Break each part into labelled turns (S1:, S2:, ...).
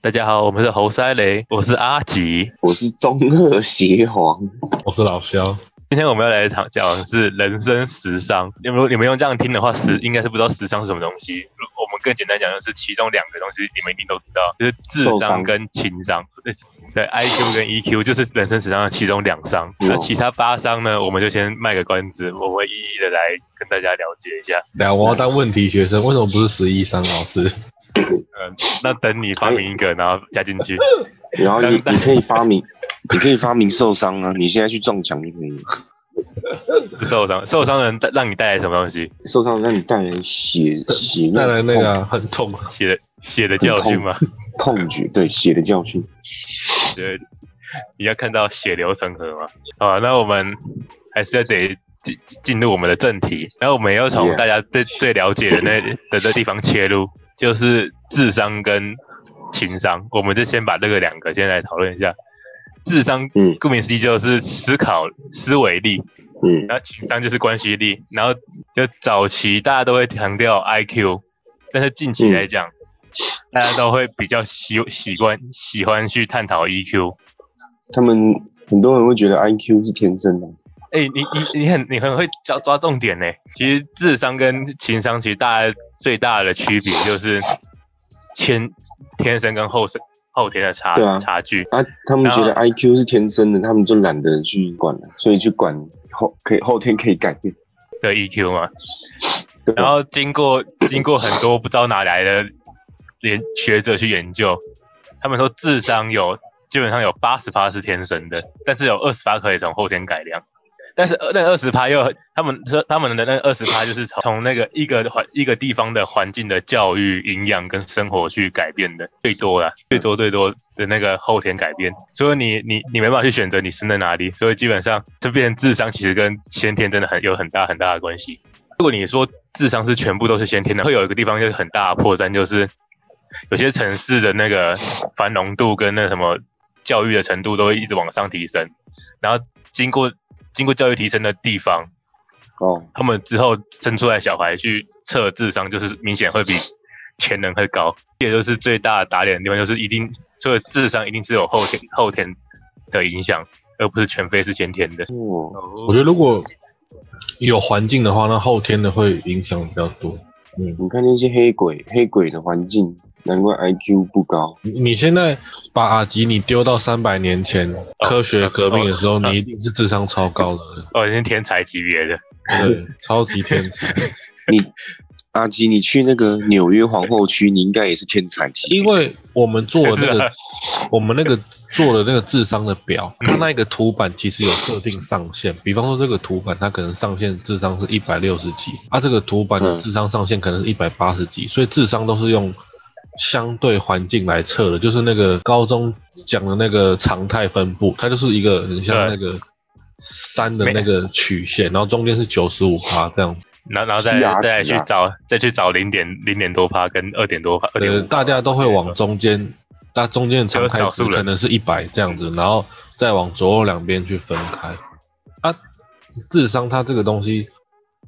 S1: 大家好，我们是猴塞雷，我是阿吉。
S2: 我是中二邪皇，
S3: 我是老肖，
S1: 今天我们要来讲讲的是人生时尚。你们你们用这样听的话，时应该是不知道时尚是什么东西。如我们更简单讲，就是其中两个东西你们一定都知道，就是智
S2: 受
S1: 商
S2: 伤
S1: 跟情商。对对，IQ 跟 EQ 就是人生时尚的其中两商。
S2: 嗯
S1: 那其他八商呢，我们就先卖个关子，我们会一一的来跟大家了解一下。
S3: 等下啊我要当问题学生，为什么不是十一三老 师？
S1: 嗯，那等你发明一个，然后加进去。
S2: 然后你
S1: 当代
S2: 你可以发 明，你可以发明受伤啊！你现在去撞墙就可以了，
S1: 受伤，受伤能带让你带来什么东西？
S2: 受伤让你带来血血
S3: 带来
S2: 肉
S3: 那
S2: 痛
S3: 个啊很痛，
S1: 血的血的教训吗？
S2: 痛觉，对血的教训。
S1: 对，你要看到血流成河嘛。好啊，那我们还是要得进进入我们的正题，然后我们要从
S2: Yeah
S1: 大家最最了解的 那的那地方切入，就是智商跟情商。我们就先把这个两个先来讨论一下。智商，
S2: 嗯
S1: 顾名思义就是思考思维力，
S2: 嗯，
S1: 然后情商就是关系力，然后就早期大家都会强调 IQ，但是近期来
S2: 嗯
S1: 讲，大家都会比较喜喜欢喜欢去探讨 E EQ。
S2: 他们很多人会觉得 IQ 是天生的，
S1: 哎、你你你很你很会抓抓重点呢。其实智商跟情商其实大家最大的区别就是天天生跟后生后天的差、
S2: 对啊
S1: 差距。
S2: 啊，他们觉得
S1: 然
S2: IQ 是天生的，他们就懒得去管了，所以去管后可以后天可以改变。
S1: 的 EQ 嘛
S2: 对。啊
S1: 然后经过经过很多不知道哪来的研学者去研究，他们说智商有基本上有八十趴是天生的，但是有二十趴可以从后天改良。但是呃那二十趴又他们说他们的那二十趴就是从从那个一个环一个地方的环境的教育、营养跟生活去改变的，最多啦，最多最多的那个后天改变。所以你你你没办法去选择你生在哪里，所以基本上这边智商其实跟先天真的很有很大很大的关系。如果你说智商是全部都是先天的，会有一个地方就是很大的破绽，就是有些城市的那个繁荣度跟那什么教育的程度都会一直往上提升，然后经过经过教育提升的地方，
S2: 哦，
S1: 他们之后生出来小孩去测智商，就是明显会比前人会高，也就是最大的打脸的地方，就是一定这个智商一定是有后天后天的影响，而不是全非是先天的。
S2: 哦，
S3: 我觉得如果有环境的话，那后天的会影响比较多。嗯，
S2: 你看那些黑鬼，黑鬼的环境，难怪 IQ 不高。
S3: 你你现在把阿吉你丢到三百年前科学革命的时候，
S1: 哦
S3: 你一定是智商超 高的人，
S1: 哦，已经天才级别的，
S3: 对，超级天才。
S2: 你阿基，你去那个纽约皇后区，你应该也是天才级。
S3: 因为我们做的那
S1: 是
S3: 个
S1: 啊，
S3: 我们那个做的那个智商的表，它那个图板其实有设定上限，比方说这个图板它可能上限智商是一百六十几，它、这个图板的
S2: 嗯
S3: 智商上限可能是一百八十几，所以智商都是用相对环境来测的，就是那个高中讲的那个常态分布，它就是一个很像那个三的那个曲线，然后中间是九十五趴这样子
S1: 然后然后再
S2: 是啊
S1: 再
S2: 是
S1: 去
S2: 啊
S1: 找再去找零点零点多趴跟二点多趴，二
S3: 呃，
S1: 点
S3: 大家都会往中间，它中间的常态值可能是一百这样子，然后再往左右两边去分开。啊，智商它这个东西，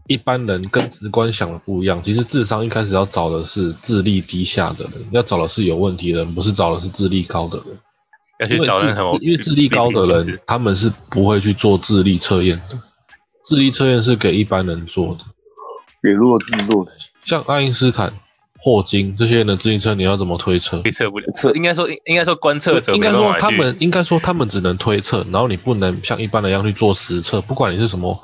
S3: 一般人跟直观想的不一样。其实智商一开始要找的是智力低下的人，要找的是有问题的人，不是找的是智力高的人。
S1: 要
S3: 因
S1: 去
S3: 为
S1: 找那
S3: 智
S1: 什么，
S3: 因为智力高的
S1: 比拼机
S3: 人
S1: 制，
S3: 他们是不会去做智力测验的。智力测验是给一般人做的。
S2: 给弱智弱的
S3: 像爱因斯坦、霍金这些人的自行车，你要怎么推测？
S1: 推测不了，
S2: 测
S1: 应该说应该说观测者
S3: 应
S1: 没
S3: 该
S1: 办
S3: 说
S1: 法
S3: 他
S1: 去
S3: 们应该说他们只能推测，然后你不能像一般人一样去做实测。不管你是什么，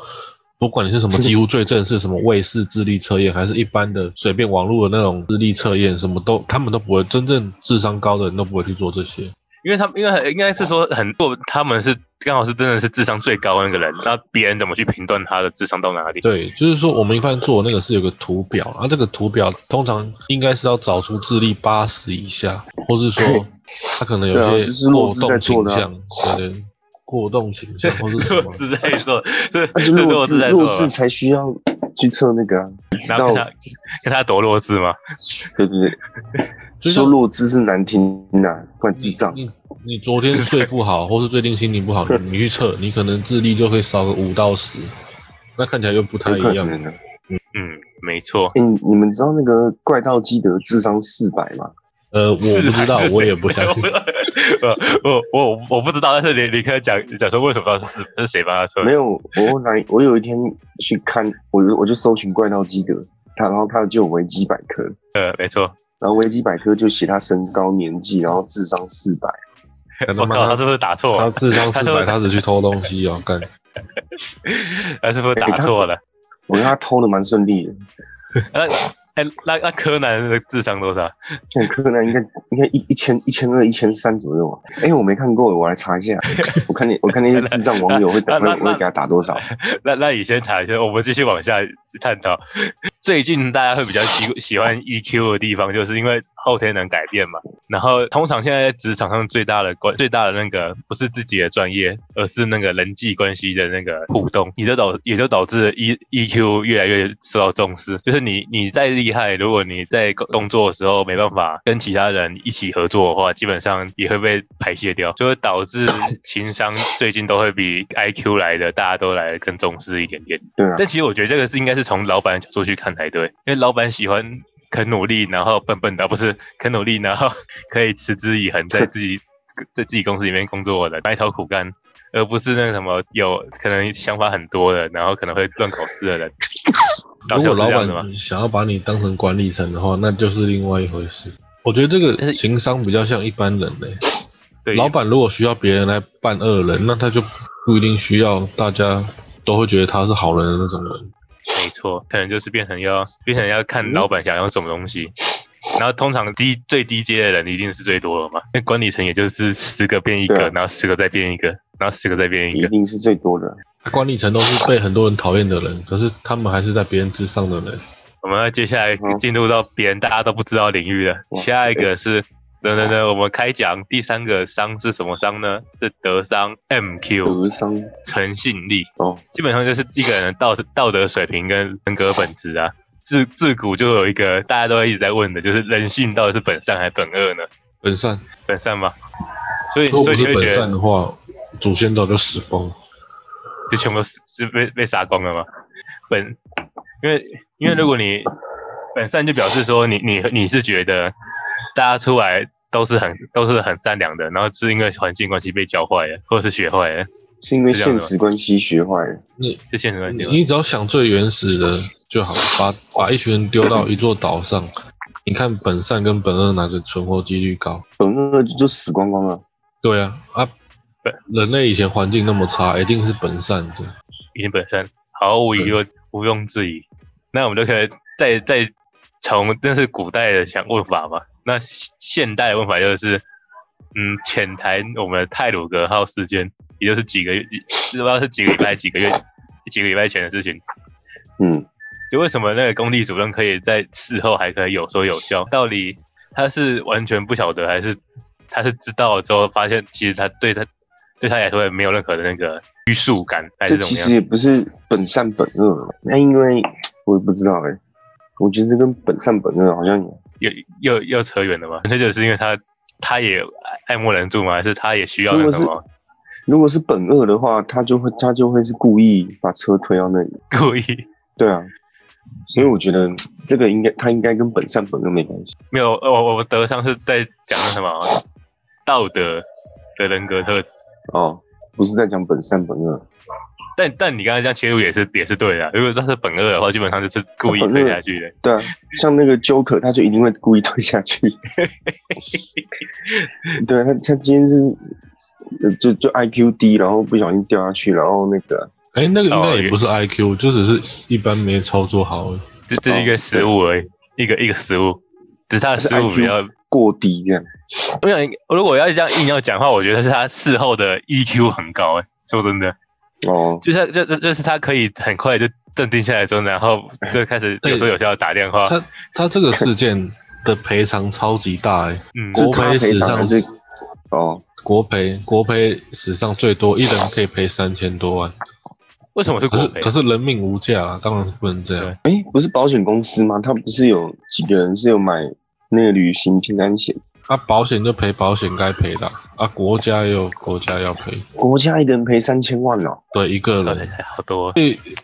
S3: 不管你是什么几乎罪证，是什么卫视智力测验，还是一般的随便网络的那种智力测验，什么都他们都不会。真正智商高的人都不会去做这些。
S1: 因为他们因为很应该是说很多他们是刚好是真的是智商最高的那个人，那别人怎么去评断他的智商到哪 里？
S3: 对，就是说我们一般做那个是有个图表，然后这个图表通常应该是要找出智力八十以下，或是说他可能有
S2: 对啊就
S3: 一些
S2: 是弱
S3: 过
S2: 智在做
S3: 动倾
S2: 的啊
S3: 向，对对，过动倾向或是什
S1: 弱
S3: 么。
S1: 智在做，这
S2: 那就
S1: 这弱
S2: 弱
S1: 智
S2: 智
S1: 在做
S2: 弱
S1: 吧，
S2: 智才需要去测那个、啊，知
S1: 然
S2: 道
S1: 后看他看他多弱智吗？
S2: 对不对？
S3: 就像
S2: 说弱智是难听呐、不然智障。
S3: 你你昨天睡不好，或是最近心情不好， 你你去测，你可能智力就会少个五到十，那看起来又不太
S2: 有
S3: 一
S2: 可
S3: 样。
S2: 能的、啊。
S1: 嗯，没错，
S2: 哎、你们知道那个怪盗基德智商四百吗？
S3: 呃，我不知道
S1: 是，啊谁
S3: 我也不相信。
S1: 呃我我我不知道，但是你你可以讲讲说为什么是是谁帮他测？
S2: 没有，我后来我有一天去看，我就我就搜寻怪盗基德，他然后他就有维基百科，
S1: 呃，没错。
S2: 然后维基百科就写他身高、年纪，然后智商四百，
S3: 干他
S1: 我
S3: 妈
S1: 靠，他是不是打错
S3: 他
S1: 了？
S3: 智商四
S1: 他
S3: 百，
S1: 说
S3: 他只去偷东西哦， 干。
S1: 他是不是打错了？
S2: 我看他偷的蛮顺利的。
S1: 那哎，那那柯南的智商多少？
S2: 像柯南应该应该一一千一千二一千三左右啊，哎、我没看过，我来查一下。我看你，我看那些智障网友会打会
S1: 那那
S2: 会给他打多少？
S1: 那那你先查一下，我们继续往下探讨。最近大家会比较喜喜欢 EQ 的地方，就是因为后天能改变嘛。然后通常现在在职场上最大的关最大的那个不是自己的专业，而是那个人际关系的那个互动，你就导也就导致 E EQ 越来越受到重视。就是你你再厉害，如果你在工工作的时候没办法跟其他人一起合作的话，基本上也会被排泄掉，就会导致情商最近都会比 IQ 来的大家都来得更重视一点点。
S2: 对啊，
S1: 但其实我觉得这个是应该是从老板的角度去看才对，因为老板喜欢肯努力，然后笨笨的，啊不是肯努力，然后可以持之以恒在自 己在自己公司里面工作的，埋头苦干，而不是那个什么有可能想法很多的，然后可能会乱搞事的 人。搞
S3: 如
S1: 笑
S3: 果
S1: 是这
S3: 老
S1: 样的吗？
S3: 板想要把你当成管理层的话，那就是另外一回事。我觉得这个情商比较像一般人嘞、
S1: 对，
S3: 老板如果需要别人来扮恶人，那他就不一定需要大家都会觉得他是好人的那种人。
S1: 没错，可能就是变成要变成要看老
S3: 嗯
S1: 板想要什么东西。然后通常低最低阶的人一定是最多的嘛，那管理层也就是十个变一
S2: 对
S1: 个
S2: 啊，
S1: 然后十个再变一个，然后十个再变一
S2: 一
S1: 个。
S2: 定是最多的。
S3: 啊管理层都是被很多人讨厌的人，可是他们还是在别人之上的人。
S1: 我们要接下来
S2: 好
S1: 进入到别人大家都不知道领域了。
S2: 嗯哇塞
S1: 下一个是，等等等，我们开讲第三个商是什么商呢？是德商 MQ
S2: 德商
S1: 诚信力，
S2: 哦，
S1: 基本上就是一个人的道道德水平跟人格本质啊。自自古就有一个大家都会一直在问的，就是人性到底是本善还是本恶呢？
S3: 本善，
S1: 本善吗？所以
S3: 如果
S1: 所
S3: 不
S1: 以你
S3: 是
S1: 会
S3: 本
S1: 觉
S3: 善
S1: 得
S3: 的话，祖先早就死光了。
S1: 就全部是是被被杀光了吗？本因为因为如果你本善就表示说你你你是觉得大家出来都是很都是很善良的，然后是因为环境关系被教坏了，或者是学坏了，
S2: 是因为
S1: 是这样
S2: 现
S1: 的
S2: 实关系学坏了。
S3: 你
S1: 是现实问题
S3: 你
S1: 吗？
S3: 你只要想最原始的就好，把把一群人丢到一座岛上，你看本善跟本恶哪个存活几率高？
S2: 本恶就就死光光了，
S3: 对啊，啊
S1: 对，
S3: 人类以前环境那么差，一定是本善的。
S1: 已经本身毫无
S2: 嗯
S1: 疑问，毋庸置疑。那我们就可以再再从这是古代的想问法嘛？那现代的问法就是，嗯，浅谈我们的泰鲁格号事件，也就是几个月，几不知道是几个礼拜、几个月、几个礼拜前的事情。
S2: 嗯，
S1: 就为什么那个工地主任可以在事后还可以有说有笑？到底他是完全不晓得，还是他是知道了之后发现其实他对他对他来说也没有任何的那个拘束感，还
S2: 这
S1: 是怎
S2: 其
S1: 么样
S2: 实？也不是本善本恶，那因为我也不知道哎、我觉得这跟本善本恶好像也
S1: 又又又扯远了吗？那就是因为他他也爱莫能助吗？还是他也需要那什
S2: 如
S1: 么
S2: 如果是本恶的话，他就会他就会是故意把车推到那里。
S1: 故意？
S2: 对啊，所以我觉得这个应该他应该跟本善本恶没关系。
S1: 没有，呃我我们德上是在讲那什么道德的人格特质，
S2: 哦，不是在讲本善本恶，
S1: 但但你刚才这样切入也是也是对的啊。如果他是本恶的话，基本上就是故意
S2: 本恶
S1: 推下去的。
S2: 对啊，像那个 Joker，他就一定会故意推下去。对啊他，他今天是呃就就 IQ 低，然后不小心掉下去，然后那个
S3: 哎，那个应该
S1: 哦
S3: 也不是 I Q，就只是一般没操作好而已。
S1: 这这是
S2: 哦
S1: 一个食物而已，一个一个食物，只是他的食物比较。
S2: 过低这样。
S1: 我想，如果要这样硬要讲的话，我觉得是他事后的 EQ 很高、欸。说真的，
S2: 哦，
S1: 就是就就就是他可以很快就镇定下来之后，然后就开始有说有笑地打电话。
S3: 他他这个事件的赔偿超级大哎、
S1: 嗯，
S3: 国
S2: 是他
S3: 赔
S2: 赔
S3: 史
S2: 偿还
S3: 上
S2: 是哦？
S3: 国赔国赔史上最多，一人可以赔三千多万。
S1: 为什么是
S3: 可
S1: 国
S3: 是
S1: 赔？
S3: 可是人命无价啊，当然是不能这样
S1: 对。
S2: 哎，不是保险公司吗？他不是有几个人是有买那个旅行平安险？
S3: 啊，保险就赔保险该赔的啊，啊国家也有国家要赔，
S2: 国家一个人赔三千万哦。
S3: 对一个
S1: 对
S3: 人。
S1: 好多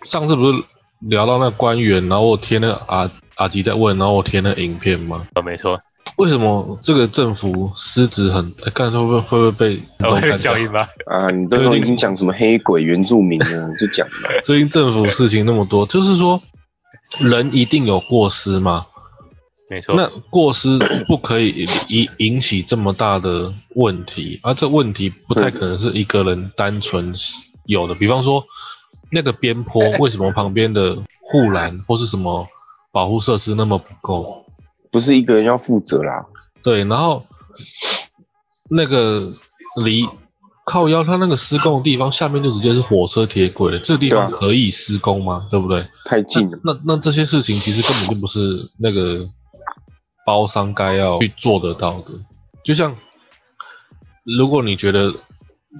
S3: 上次不是聊到那官员，然后我贴那个阿阿吉在问，然后我贴那个影片吗？
S1: 哦，没错，
S3: 为什么这个政府失职很？哎干、会不会会不会被
S1: 我
S3: 很
S1: 会有效应吧？
S2: 啊，你都已经讲什么黑鬼原住民 了，就讲吧。
S3: 最近政府事情那么多，就是说人一定有过失嘛？
S1: 没错，
S3: 那过失不可以引引起这么大的问题，而、这问题不太可能是一个人单纯有的。比方说，那个边坡 为什么旁边的护栏或是什么保护设施那么不够？
S2: 不是一个人要负责啦。
S3: 对，然后那个离靠腰，它那个施工的地方下面就直接是火车铁轨了，这个地方
S2: 对啊
S3: 可以施工吗？对不对？
S2: 太 近了，
S3: 那那这些事情其实根本就不是那个包商该要去做得到的。就像如果你觉得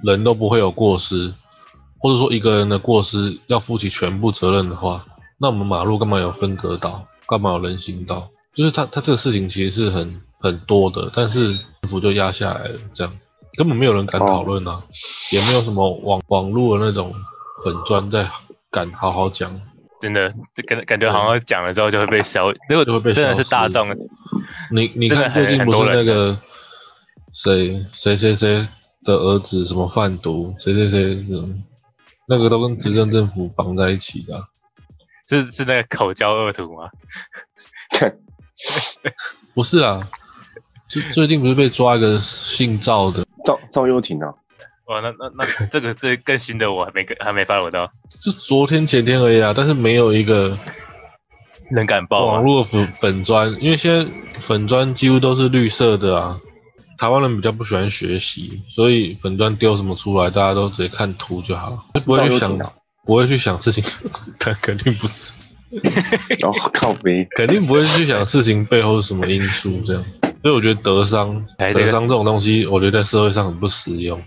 S3: 人都不会有过失，或者说一个人的过失要负起全部责任的话，那我们马路干嘛有分隔岛？干嘛有人行道？就是他他这个事情其实是很很多的，但是政府就压下来了，这样根本没有人敢
S2: 哦
S3: 讨论啊，也没有什么网网络的那种粉砖在敢好好讲。
S1: 真的，就感感觉好像讲了之后就会被消，如果
S3: 就会被
S1: 真的是
S3: 消失
S1: 大众，
S3: 你你
S1: 真的
S3: 看
S1: 很
S3: 最近
S1: 很
S3: 不是
S1: 多人
S3: 那个谁谁谁谁的儿子什么贩毒，谁谁谁什么，那个都跟执政政府绑在一起的啊、
S1: 是是那个口交恶徒吗？
S2: 看
S3: 不是啊？最最近不是被抓一个姓赵的，
S2: 赵赵又廷啊，
S1: 哇，那那 那这个这更新的我还没跟还没发我到，
S3: 就昨天前天而已啊，但是没有一个
S1: 能敢报
S3: 网
S1: 吗？
S3: 络粉粉砖，因为现在粉砖几乎都是绿色的啊。台湾人比较不喜欢学习，所以粉砖丢什么出来，大家都直接看图就好了，就不会去
S2: 赵又
S3: 想
S2: 廷啊，
S3: 不会去想事情， 但肯定不是，
S2: 然后哦靠背，
S3: 肯定不会去想事情背后是什么因素这样。所以我觉得德商、
S1: 哎这个
S3: 德商这种东西，我觉得在社会上很不实用。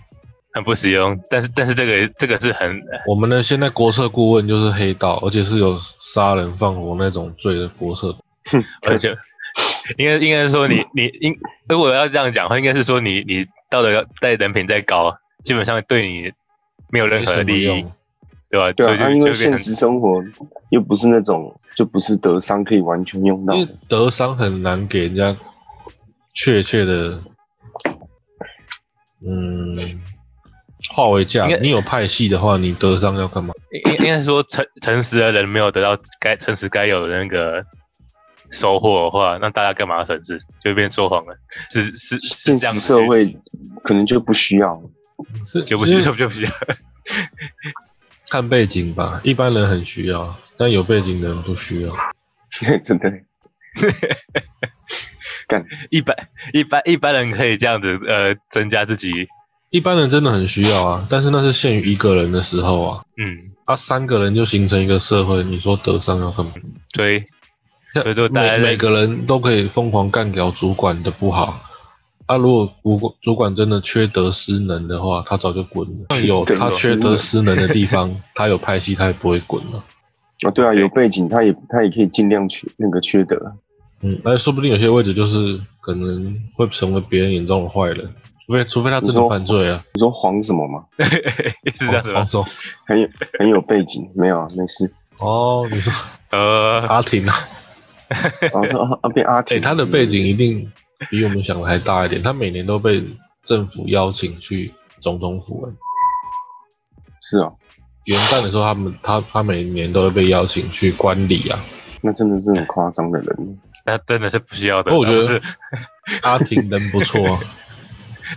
S1: 很不实用，但是但是这个这个是很
S3: 我们的现在国策顾问就是黑道，而且是有杀人放火那种罪的国策。
S1: 而且应该应该是说
S2: 嗯
S1: 你你应如果要这样讲的话，应该是说你你道德要带人品再高，基本上对你没有任
S3: 没
S1: 何
S3: 什么
S1: 利益
S3: 用，
S1: 对吧？
S2: 对
S1: 所
S2: 啊，
S1: 以就
S2: 他因
S1: 就
S2: 为
S1: 会变
S2: 现
S1: 成
S2: 实生活又不是那种，就不是德商可以完全用到
S3: 因。为德商很难给人家确切的，嗯，化为价
S1: 应该。
S3: 你有派系的话，你德商要干嘛？
S1: 应应该是说诚诚实的人没有得到该诚实该有的那个收获的话，那大家干嘛诚实？就会变说谎了，是是是
S2: 现
S1: 这样
S2: 实
S1: 子
S2: 社会可能就不需要，
S3: 是
S1: 就不
S3: 是
S1: 需就不就不需要。
S3: 看背景吧，一般人很需要，但有背景的人不需要。
S2: 真的
S1: 一般一般一般人可以这样子呃增加自己
S3: 一般人真的很需要啊，但是那是限于一个人的时候啊，
S1: 嗯，
S3: 啊，三个人就形成一个社会，你说德商要干嘛？
S1: 所以所以就大家
S3: 每
S1: 在
S3: 每个人都可以疯狂干掉主管的不好，啊，如果主主管真的缺德失能的话，他早就滚了。 像有
S2: 对
S3: 他缺德失能的地 方，他有派系，他也不会滚了。
S2: 啊，对啊，
S1: 对
S2: 有背景他也他也可以尽量缺那个缺德，
S3: 嗯，那说不定有些位置就是可能会成为别人眼中的坏人，除非除非他真
S2: 你
S3: 的
S2: 说
S3: 犯罪啊，
S2: 你说黄什么吗？
S1: 是这样子吗
S3: 黄？总
S2: 很有很有背景，没有啊，没事。
S3: 哦，你说
S1: 呃，
S3: 阿婷啊，
S2: 然后说啊啊变阿
S3: 哎、
S2: 婷，
S3: 他的背景一定比我们想的还大一点。他每年都被政府邀请去总统府、哎
S2: 是哦，
S3: 元旦的时候，他们他他每年都会被邀请去观礼啊。
S2: 那真的是很夸张的人，
S1: 那真的是不需要的。
S3: 不过哦我觉得
S1: 是
S3: 阿婷人不错、 啊，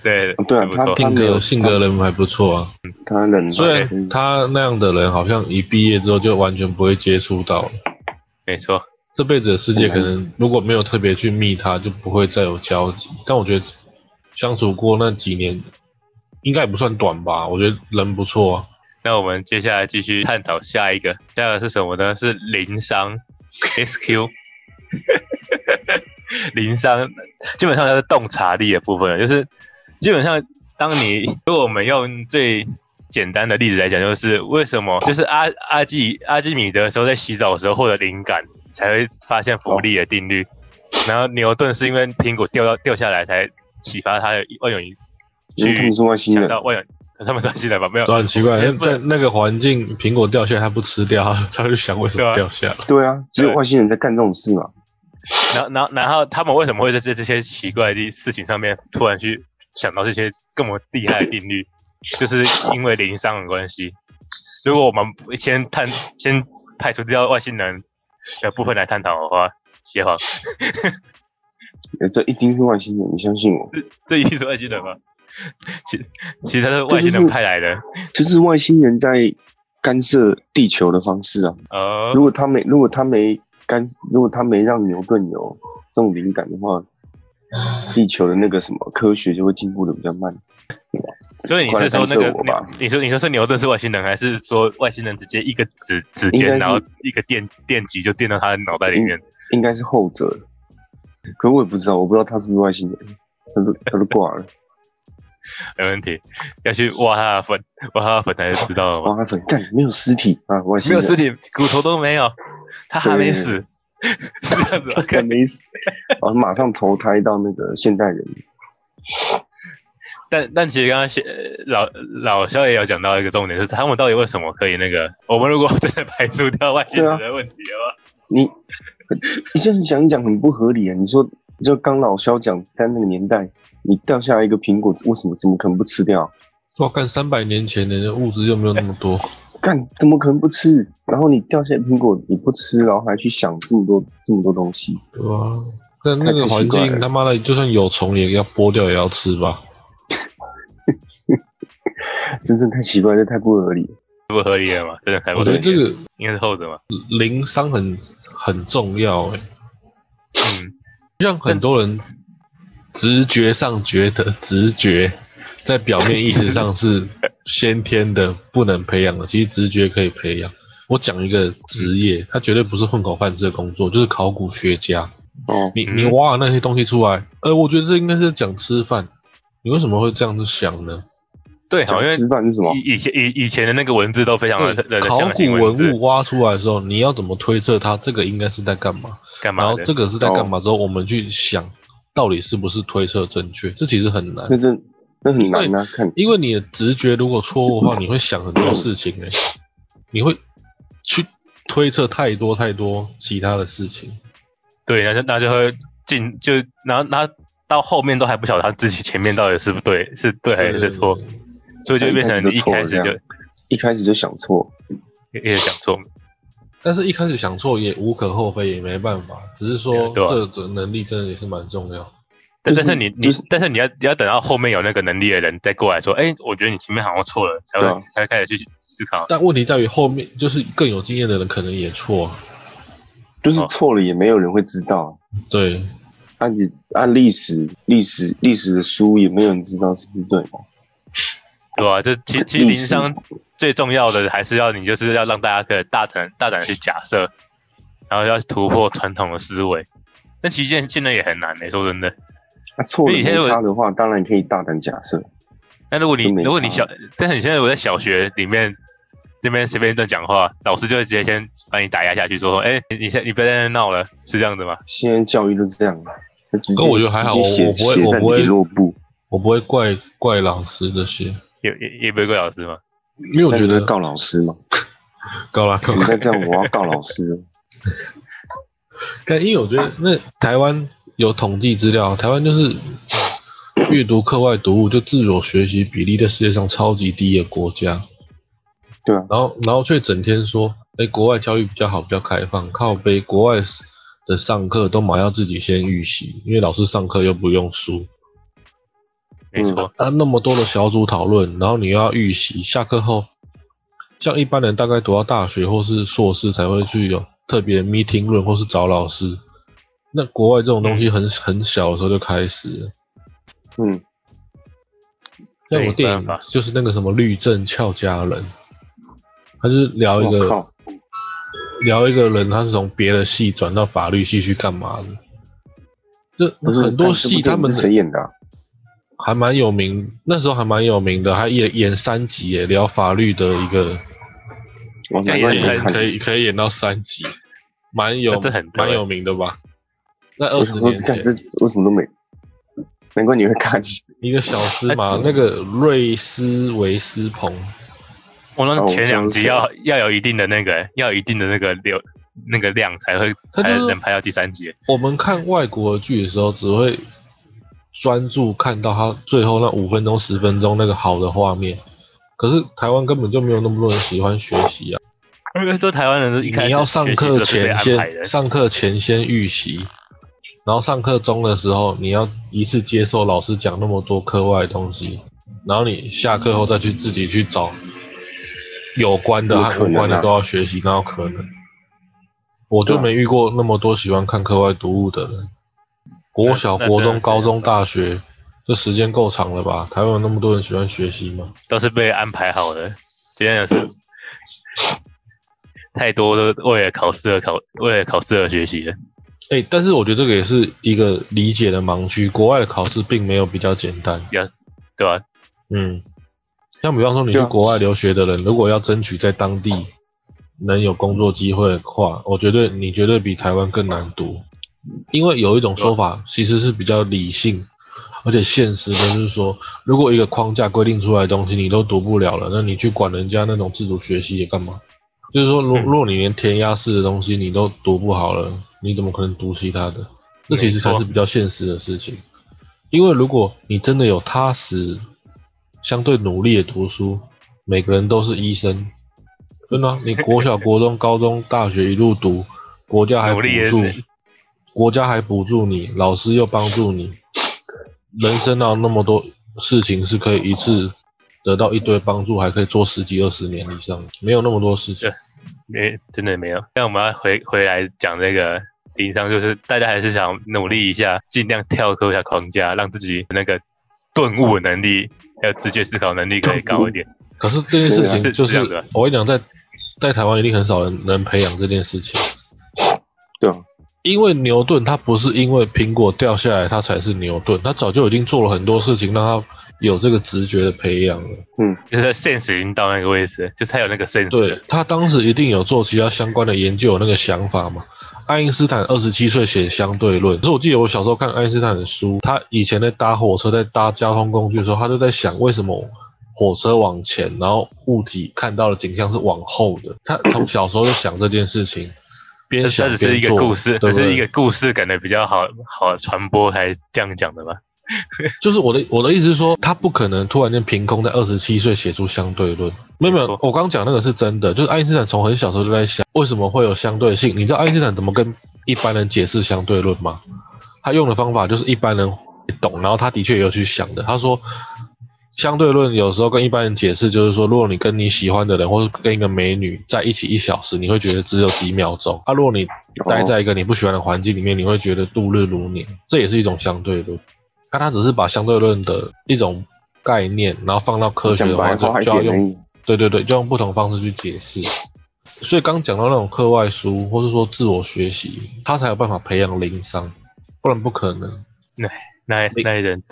S1: 对
S2: 啊对啊
S1: 是不错
S2: 他
S3: 性
S2: 没有
S3: 格性格人还不错啊。
S2: 他人
S3: 虽然他那样的人好像一毕业之后就完全不会接触到了，
S1: 没错，
S3: 这辈子的世界可能如果没有特别去密他，就不会再有交集。但我觉得相处过那几年，应该也不算短吧。我觉得人不错啊。
S1: 那我们接下来继续探讨下一个，下一个是什么呢？是零商 SQ。零商基本上它是洞察力的部分了，就是基本上当你如果我们用最简单的例子来讲，就是为什么就是阿阿基阿基米德时候在洗澡的时候获得灵感，才会发现浮力的定律，然后牛顿是因为苹果掉到掉下来才启发他的万有引
S2: 因为他们是外星
S1: 想
S2: 人，
S1: 到万有他们算新的吧？没有，
S3: 都很奇怪，
S1: 我先不
S3: 在那个环境，苹 果掉下来他不吃掉，他就想为什么掉下来。
S2: 对啊，只有
S1: 对
S2: 外星人在干这种事嘛，
S1: 然后然后然后他们为什么会在这这些奇怪的事情上面突然去想到这些这么厉害的定 律，就是因为零商的关系。如果我们先探先排除掉外星人的部分来探讨的话，邪皇，
S2: 这一定是外星人，你相信我。
S1: 这一定是外星人吗？其其实他是外星人派来的，
S2: 这是外星人在干涉地球的方式啊。
S1: 呃，
S2: 如果他没如果他没干，如果他没让牛顿有这种灵感的话，地球的那个什么科学就会进步的比较慢。
S1: 所以你是说那个你你说你说是牛顿是外星人，还是说外星人直接一个指指尖，然后一个电电极就电到他的脑袋里面？
S2: 应该是后者，可我也不知道，我不知道他是不是外星人，他都他都挂了。
S1: 没问题，要去挖他的粉，挖他的粉才知道了
S2: 挖他粉，干没有尸体啊，外星
S1: 没有尸体，骨头都没有，他还没死， 是这样子，
S2: 还没死， 啊，马上投胎到那个现代人。
S1: 但但其实刚刚老老肖也有讲到一个重点，就是他们到底为什么可以那个？我们如果真的排除掉外星人的问题的话，
S2: 啊、你你这样想一讲很不合理啊！你说。就刚老肖讲，在那个年代，你掉下来一个苹果，为什么怎么可能不吃掉？
S3: 我看三百年前人的物质又没有那么多，
S1: 哎
S2: 干怎么可能不吃？然后你掉下苹果你不吃，然后还去想这么多这么多东西，
S3: 对啊，但那个环境他妈的，就算有虫也要剥掉也要吃吧？
S2: 真正太奇怪，这太不合理，
S1: 不合理了嘛？哎真的太不合
S3: 理了。我觉得这个
S1: 应该是后者嘛，
S3: 零伤很很重要哎、欸。嗯。像很多人直觉上觉得直觉，在表面意识上是先天的，不能培养的。其实直觉可以培养。我讲一个职业，它绝对不是混口饭吃的工作，就是考古学家。
S2: 哦，
S3: 你你挖了那些东西出来，呃，我觉得这应该是讲吃饭。你为什么会这样子想呢？
S1: 对，哎好像
S2: 吃饭是什么？
S1: 以前以以前的那个文字都非常的
S3: 考古
S1: 文
S3: 物挖出来的时候，你要怎么推测它这个应该是在干嘛？
S1: 干嘛？
S3: 然后这个是在干嘛之后，我们去想到底是不是推测正确？这其实很难。
S2: 那这那很难啊！看，
S3: 因为你的直觉如果错误的话，你会想很多事情哎、欸，你会去推测太多太多其他的事情。
S1: 对，那就那就会进就然后那到后面都还不晓得他自己前面到底是不对， 是对还是哎错。所以就变成一开始就
S2: 一开始就想错，
S1: 也想错，
S3: 但是一开始想错也无可厚非，也没办法，只是说这个能力真的也是蛮重要。
S1: 但但是你你但是你要你要等到后面有那个能力的人再过来说，哎，我觉得你前面好像错了，才会才会开始去思考。
S3: 但问题在于后面就是更有经验的人可能也错，
S2: 就是
S1: 哦
S2: 错了也没有人会知道。啊
S3: 对，
S2: 按啊你按历史历史历史的书也没有人知道是不是对的。哦
S1: 对啊，这其其实零商最重要的还是要你就是要让大家可以大胆大胆去假设，然后要突破传统的思维。但其实现在也很难诶、欸，说真的。
S2: 那错、啊、了没差的话，当然可以大胆假设。
S1: 那如果你如果你小，但是你现在我在小学里面这边随便乱讲话，老师就会直接先把你打压下去，说说，哎、欸，你现你不要在那闹了，是这样子吗？
S2: 现在教育都这样，
S3: 可我觉得还好，我不会我不会
S2: 落步，
S3: 我不会怪怪老师这些。
S1: 也也也不会怪老师吗？
S3: 因为我觉得
S2: 告老师嘛，
S3: 告了告。
S2: 你再这样，我要告老师。
S3: 但因为我觉得那台湾有统计资料，台湾就是 阅读课外读物就自我学习比例在世界上超级低的国家。
S2: 对啊。
S3: 然后然后却整天说，哎、欸，国外教育比较好，比较开放，靠背国外的上课都嘛要自己先预习，因为老师上课又不用书。
S1: 没错，
S3: 那、嗯啊、那么多的小组讨论，然后你又要预习，下课后，像一般人大概读到大学或是硕士才会去有特别 meeting 论，或是找老师。那国外这种东西很、嗯、很小的时候就开始了。
S2: 嗯，
S3: 像我电影就是那个什么律政俏佳人，他就是聊一个聊一个人，他是从别的系转到法律系去干嘛的？就很多戏他们
S2: 谁演的、啊？
S3: 还蛮有名，那时候还蛮有名的，还演演三集耶，聊法律的一个，
S2: 我难怪
S3: 可以可以演到三集，蛮有蛮有名的吧？那二十年前，
S2: 这我什么都没，难怪你会看
S3: 一个小司嘛，那个瑞斯维斯彭，
S1: 我那前两集要要有一定的那个，要有一定的那个流那个量才会
S3: 它就
S1: 才
S3: 是
S1: 能拍到第三集。
S3: 我们看外国的剧的时候，只会专注看到它最后那五分钟、十分钟那个好的画面。可是台湾根本就没有那么多人喜欢学习啊！
S1: 因为说台湾人都一开始
S3: 你要上课
S1: 学
S3: 前
S1: 习是被安排的
S3: 先，上课前先预习，然后上课中的时候你要一次接受老师讲那么多课外的东西，然后你下课后再去自己去找有关的
S2: 有
S3: 和
S2: 可
S3: 无
S2: 能啊
S3: 关的都要学习，哪有可能？我就
S2: 对啊
S3: 没遇过那么多喜欢看课外读物的人。国小、
S1: 那
S3: 国
S1: 真的
S3: 中、
S1: 是
S3: 高中、大学，这时间够长了吧？台湾有那么多人喜欢学习吗？
S1: 都是被安排好的，真的是太多都为了考试而考，为了考试而学习了。
S3: 哎、但是我觉得这个也是一个理解的盲区。国外的考试并没有比较简单，
S1: 对吧、
S3: 嗯，像比方说你去
S2: 对啊
S3: 国外留学的人，如果要争取在当地能有工作机会的话，我觉得你绝对比台湾更难读，因为有一种说法其实是比较理性，而且现实的就是说，如果一个框架规定出来的东西你都读不了了，那你去管人家那种自主学习也干嘛？就是说，如
S1: 嗯
S3: 如果你连填鸭式的东西你都读不好了，你怎么可能读其他的？这其实才
S1: 没
S3: 是
S1: 错
S3: 比较现实的事情。因为如果你真的有踏实、相对努力的读书，每个人都是医生，真的啊、你国小、国中、高中、大学一路读，国家还 补
S1: 努力也
S3: 助
S1: 是，
S3: 国家还补助你，老师又帮助你，人生哪有那么多事情是可以一次得到一堆帮助，还可以做十几二十年以上的，没有那么多事情
S1: 对。啊没，真的没有。但我们要回回来讲这个顶上，就是大家还是想努力一下，尽量跳脱一下框架，让自己那个顿悟能力还有直觉思考能力可以高一点。
S3: 可是这件事
S1: 对
S3: 情
S1: 啊
S3: 就是
S1: 这样的
S3: 是，我跟你讲，在在台湾一定很少人能培养这件事情。
S2: 对啊，
S3: 因为牛顿他不是因为苹果掉下来他才是牛顿，他早就已经做了很多事情让他有这个直觉的培养了。
S1: 就是他 sense 已经到那个位置了，就是他有那个 sense 了。
S3: 对他当时一定有做其他相关的研究，有那个想法嘛。爱因斯坦二十七岁写相对论，可是我记得我小时候看爱因斯坦的书，他以前在搭火车、在搭交通工具的时候，他就在想为什么火车往前，然后物体看到的景象是往后的。他从小时候就想这件事情，边
S1: 它
S3: 想
S1: 只是一
S3: 边做，
S1: 个故事，
S3: 对
S1: 只
S3: 不对
S1: 是一个故事，感觉比较好好传播，才这样讲的吧？
S3: 就是我的我的意思是说，他不可能突然间凭空在二十七岁写出相对论。没有没
S1: 没
S3: 有
S1: 错，
S3: 我刚讲那个是真的，就是爱因斯坦从很小时候就在想，为什么会有相对性？你知道爱因斯坦怎么跟一般人解释相对论吗？他用的方法就是一般人会懂，然后他的确也有去想的。他说，相对论有时候跟一般人解释就是说，如果你跟你喜欢的人或是跟一个美女在一起一小时，你会觉得只有几秒钟；啊，如果你待在一个你不喜欢的环境里面，你会觉得度日如年，这也是一种相对论。那他只是把相对论的一种概念，然后放到科学
S2: 讲
S3: 的
S2: 白
S3: 话，就
S2: 话一
S3: 就要
S2: 点而
S3: 用
S2: 已。
S3: 对对对，就用不同方式去解释。所以刚讲到那种课外书，或是说自我学习，他才有办法培养灵商，不然不可能。
S1: 那那一人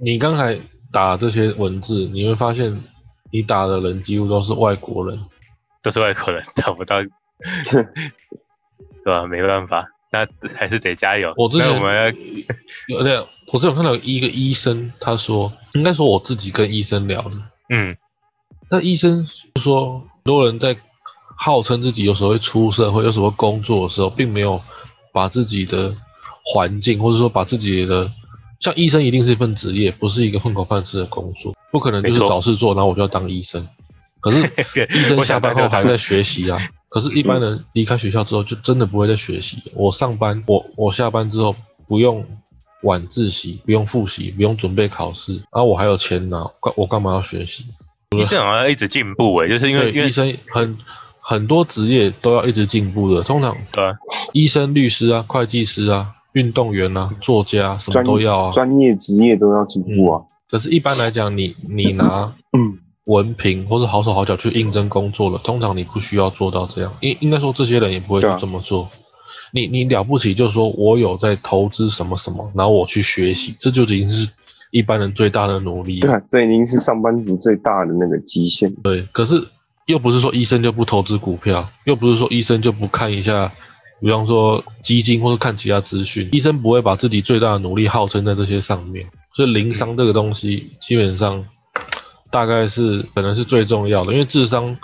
S3: 你刚才打这些文字，你会发现你打的人几乎都是外国 人，
S1: 都是外国人，找不到，对吧、没办法，那还是得加油。
S3: 我之前
S1: 那我们
S3: 有对，我之前有看到一个医生，他说，应该说我自己跟医生聊的，
S1: 嗯，
S3: 那医生说，很多人在号称自己有时候会出社会、有时候会工作的时候，并没有把自己的环境，或者说把自己的像医生一定是一份职业，不是一个混口饭吃的工作，不可能就是
S1: 没错
S3: 找事做，然后我就要当医生。可是医生
S1: 我
S3: 下
S1: 想
S3: 班
S1: 再
S3: 后
S1: 多
S3: 还在学习啊。可是，一般人离开学校之后，就真的不会再学习。我上班，我我下班之后不用晚自习，不用复习，不用准备考试，啊，我还有钱拿，干我干嘛要学习？
S1: 医生好像一直进步诶、就是因为
S3: 对，
S1: 因为
S3: 医生很很多职业都要一直进步的，通常
S1: 对 吧、
S3: 医生、律师啊、会计师啊、运动员啊、作家啊，什么
S2: 专
S3: 都要啊。
S2: 专业职业都要进步啊。
S3: 可是，一般来讲，你你拿
S2: 嗯，
S3: 文凭或是好手好脚去应征工作了，通常你不需要做到这样，应应该说这些人也不会去
S2: 对啊
S3: 这么做。你你了不起，就说我有在投资什么什么，然后我去学习，这就已经是一般人最大的努力了。
S2: 对啊，这已经是上班族最大的那个极限。
S3: 对，可是又不是说医生就不投资股票，又不是说医生就不看一下，比方说基金或者看其他资讯，医生不会把自己最大的努力号称在这些上面。所以零商这个东西基本上大概是可能是最重要的，因为智商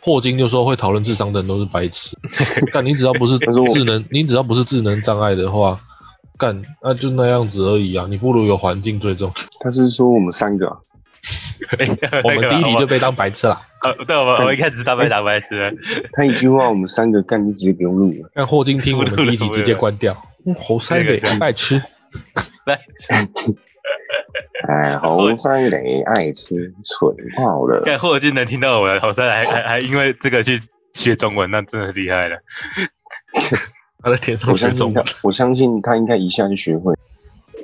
S3: 霍金就说会讨论智商的人都是白痴。但你只要不是智能，你只要不是智能障碍的话，干那、就那样子而已啊。你不如有环境最重要。
S2: 他是说我们三个、啊，
S1: 哎
S3: 我们第一题就被当白痴啦。
S1: 呃，对，我们我们一开始是大
S2: 哎
S1: 白打白痴，
S2: 他一句话我们三个干就直接不用录了。
S3: 让霍金听我们第一集直接关掉，嗯猴塞北爱吃。
S1: 来，
S2: 哎，侯三磊爱吃蠢爆了。
S1: 看霍金能听到我的，好在还还还因为这个去学中文，那真的厉害了。
S3: 他在天
S2: 我
S3: 上学
S2: 相
S3: 中
S2: 信
S3: 文
S2: 他，，我相信他应该一下就学会。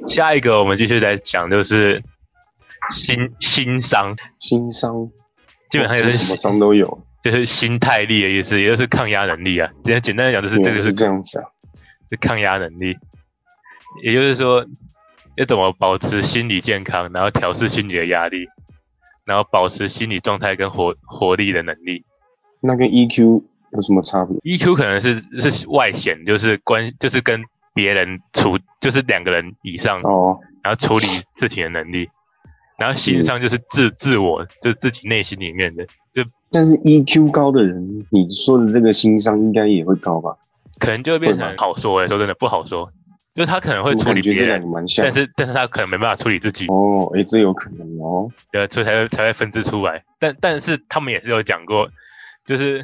S1: 下一个我们继续来讲，就是心心伤，
S2: 心伤，
S1: 基本上也
S2: 是
S1: 是
S2: 什么伤 都有，
S1: 就是心态力的意思，也就是抗压能力啊。简简单的讲，就是这
S2: 对
S1: 个
S2: 是
S1: 是
S2: 这样子啊。
S1: 是抗压能力，也就是说，要怎么保持心理健康，然后调试心理的压力，然后保持心理状态跟活活力的能力。
S2: 那跟 EQ 有什么差别？
S1: EQ 可能是是外显，就是关就是跟别人处，就是两个人以上，
S2: 哦，
S1: 然后处理事情的能力。然后心上就是
S2: 嗯
S1: 自自我，就是自己内心里面的，就
S2: 但是 EQ 高的人，你说的这个心伤应该也会高吧？
S1: 可能就会变
S2: 会吗
S1: 成好说、欸，说真的不好说，就是他可能会
S2: 我
S1: 处理
S2: 感觉
S1: 别
S2: 这两
S1: 人
S2: 个，蛮像
S1: 但。是但是他可能没办法处理自己，
S2: 哦，哎，这有可能哦。
S1: 对，所以才会才会分支出来。但但是他们也是有讲过，就是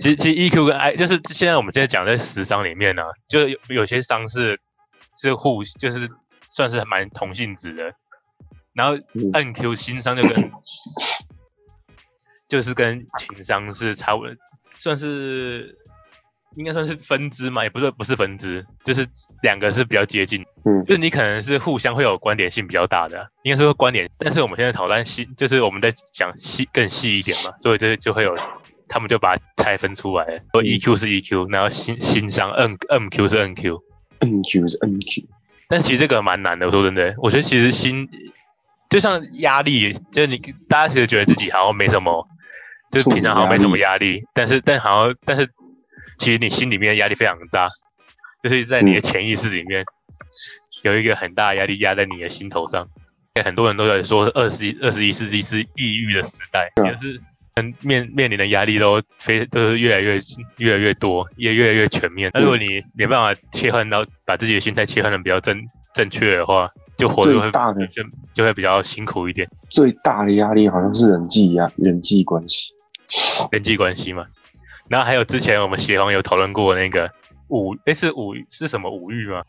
S1: 其实其实 EQ 跟 I 就是现在我们现在讲在十伤里面呢、啊就有有些伤是是互就是算是蛮同性质的，然后
S2: 嗯
S1: NQ 心伤就跟就是跟情商是差不多，算是应该算是分支嘛，也不是不是分支，就是两个是比较接近。
S2: 嗯
S1: 就是你可能是互相会有关联性比较大的，啊应该是说关联。但是我们现在讨论细，就是我们在讲细更细一点嘛，所以就就会有他们就把它拆分出来了。说 EQ 是 EQ，然后心心商 N NQ 是 NQ。
S2: NQ 是 NQ，
S1: 但其实这个蛮难的，我说真的，我觉得其实心就像压力，就是你大家其实觉得自己好像没什么，就是平常好像没什么压力，但是但好像但是其实你心里面的压力非常大，就是在你的潜意识里面有一个很大的压力压在你的心头上。很多人都在说二十一二十一世纪是抑郁的时代，
S2: 啊
S1: 也是嗯面面临的压力都非都是越来越越来越多，也越来越全面。那如果你没办法切换到把自己的心态切换的比较正正确的话，就活得
S2: 最
S1: 会
S2: 大的
S1: 就就会比较辛苦一点，
S2: 最大的压力好像是人际压人际关系。
S1: 人际关系嘛。然后还有之前我们协皇有讨论过那个五，诶，是五是什么五欲吗？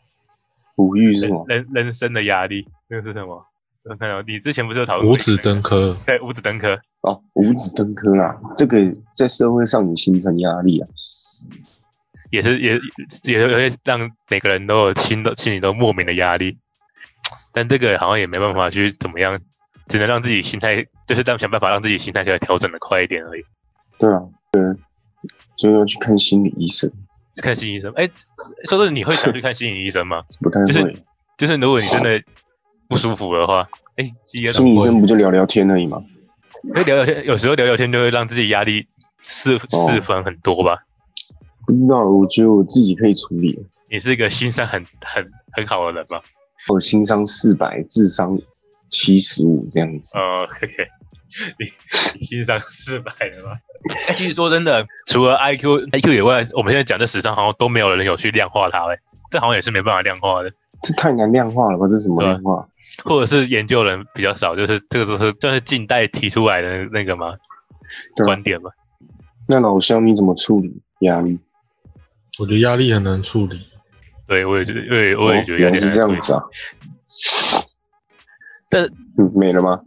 S2: 五欲是
S1: 人
S2: 吗？
S1: 人人生的压力，那个是什么？我看到你之前不是有讨论过
S3: 五指登科，
S1: 对五指登科，
S2: 哦，五子登科啦，这个在社会上也形成压力啊。
S1: 也是也也也会让每个人都有心都心里都莫名的压力，但这个好像也没办法去怎么样，只能让自己心态就是让想办法让自己心态可以调整的快一点而已。
S2: 对啊，对，所以要去看心理医生，
S1: 看心理医生，哎、说真的，你会想去看心理医生吗？
S2: 不太会。
S1: 就是就是如果你真的不舒服的话，哎、其实
S2: 心理医生不就聊聊天而已吗？
S1: 可以聊聊天，有时候聊聊天就会让自己压力释
S2: 哦
S1: 释放很多吧。
S2: 不知道，我觉得我自己可以处理。
S1: 你是一个心商很很很好的人吗？
S2: 我情商四百，智商七十五这样子。
S1: 哦，OK，你你欣赏四百了吗？ 哎、其实说真的，除了 IQ、IQ 以外，我们现在讲这十张好像都没有人有去量化它嘞，这好像也是没办法量化的，
S2: 这太难量化了吧？这什么量化？
S1: 或者是研究人比较少，就是这个都是就是近代提出来的那个嘛
S2: 对啊
S1: 观点嘛。
S2: 那老肖你怎么处理压力？
S3: 我觉得压力很难处理。
S1: 对，我也觉得，我也我也觉得
S2: 哦原
S1: 有
S2: 来
S1: 点
S2: 是这样子啊。
S1: 但
S2: 嗯，没 了吗？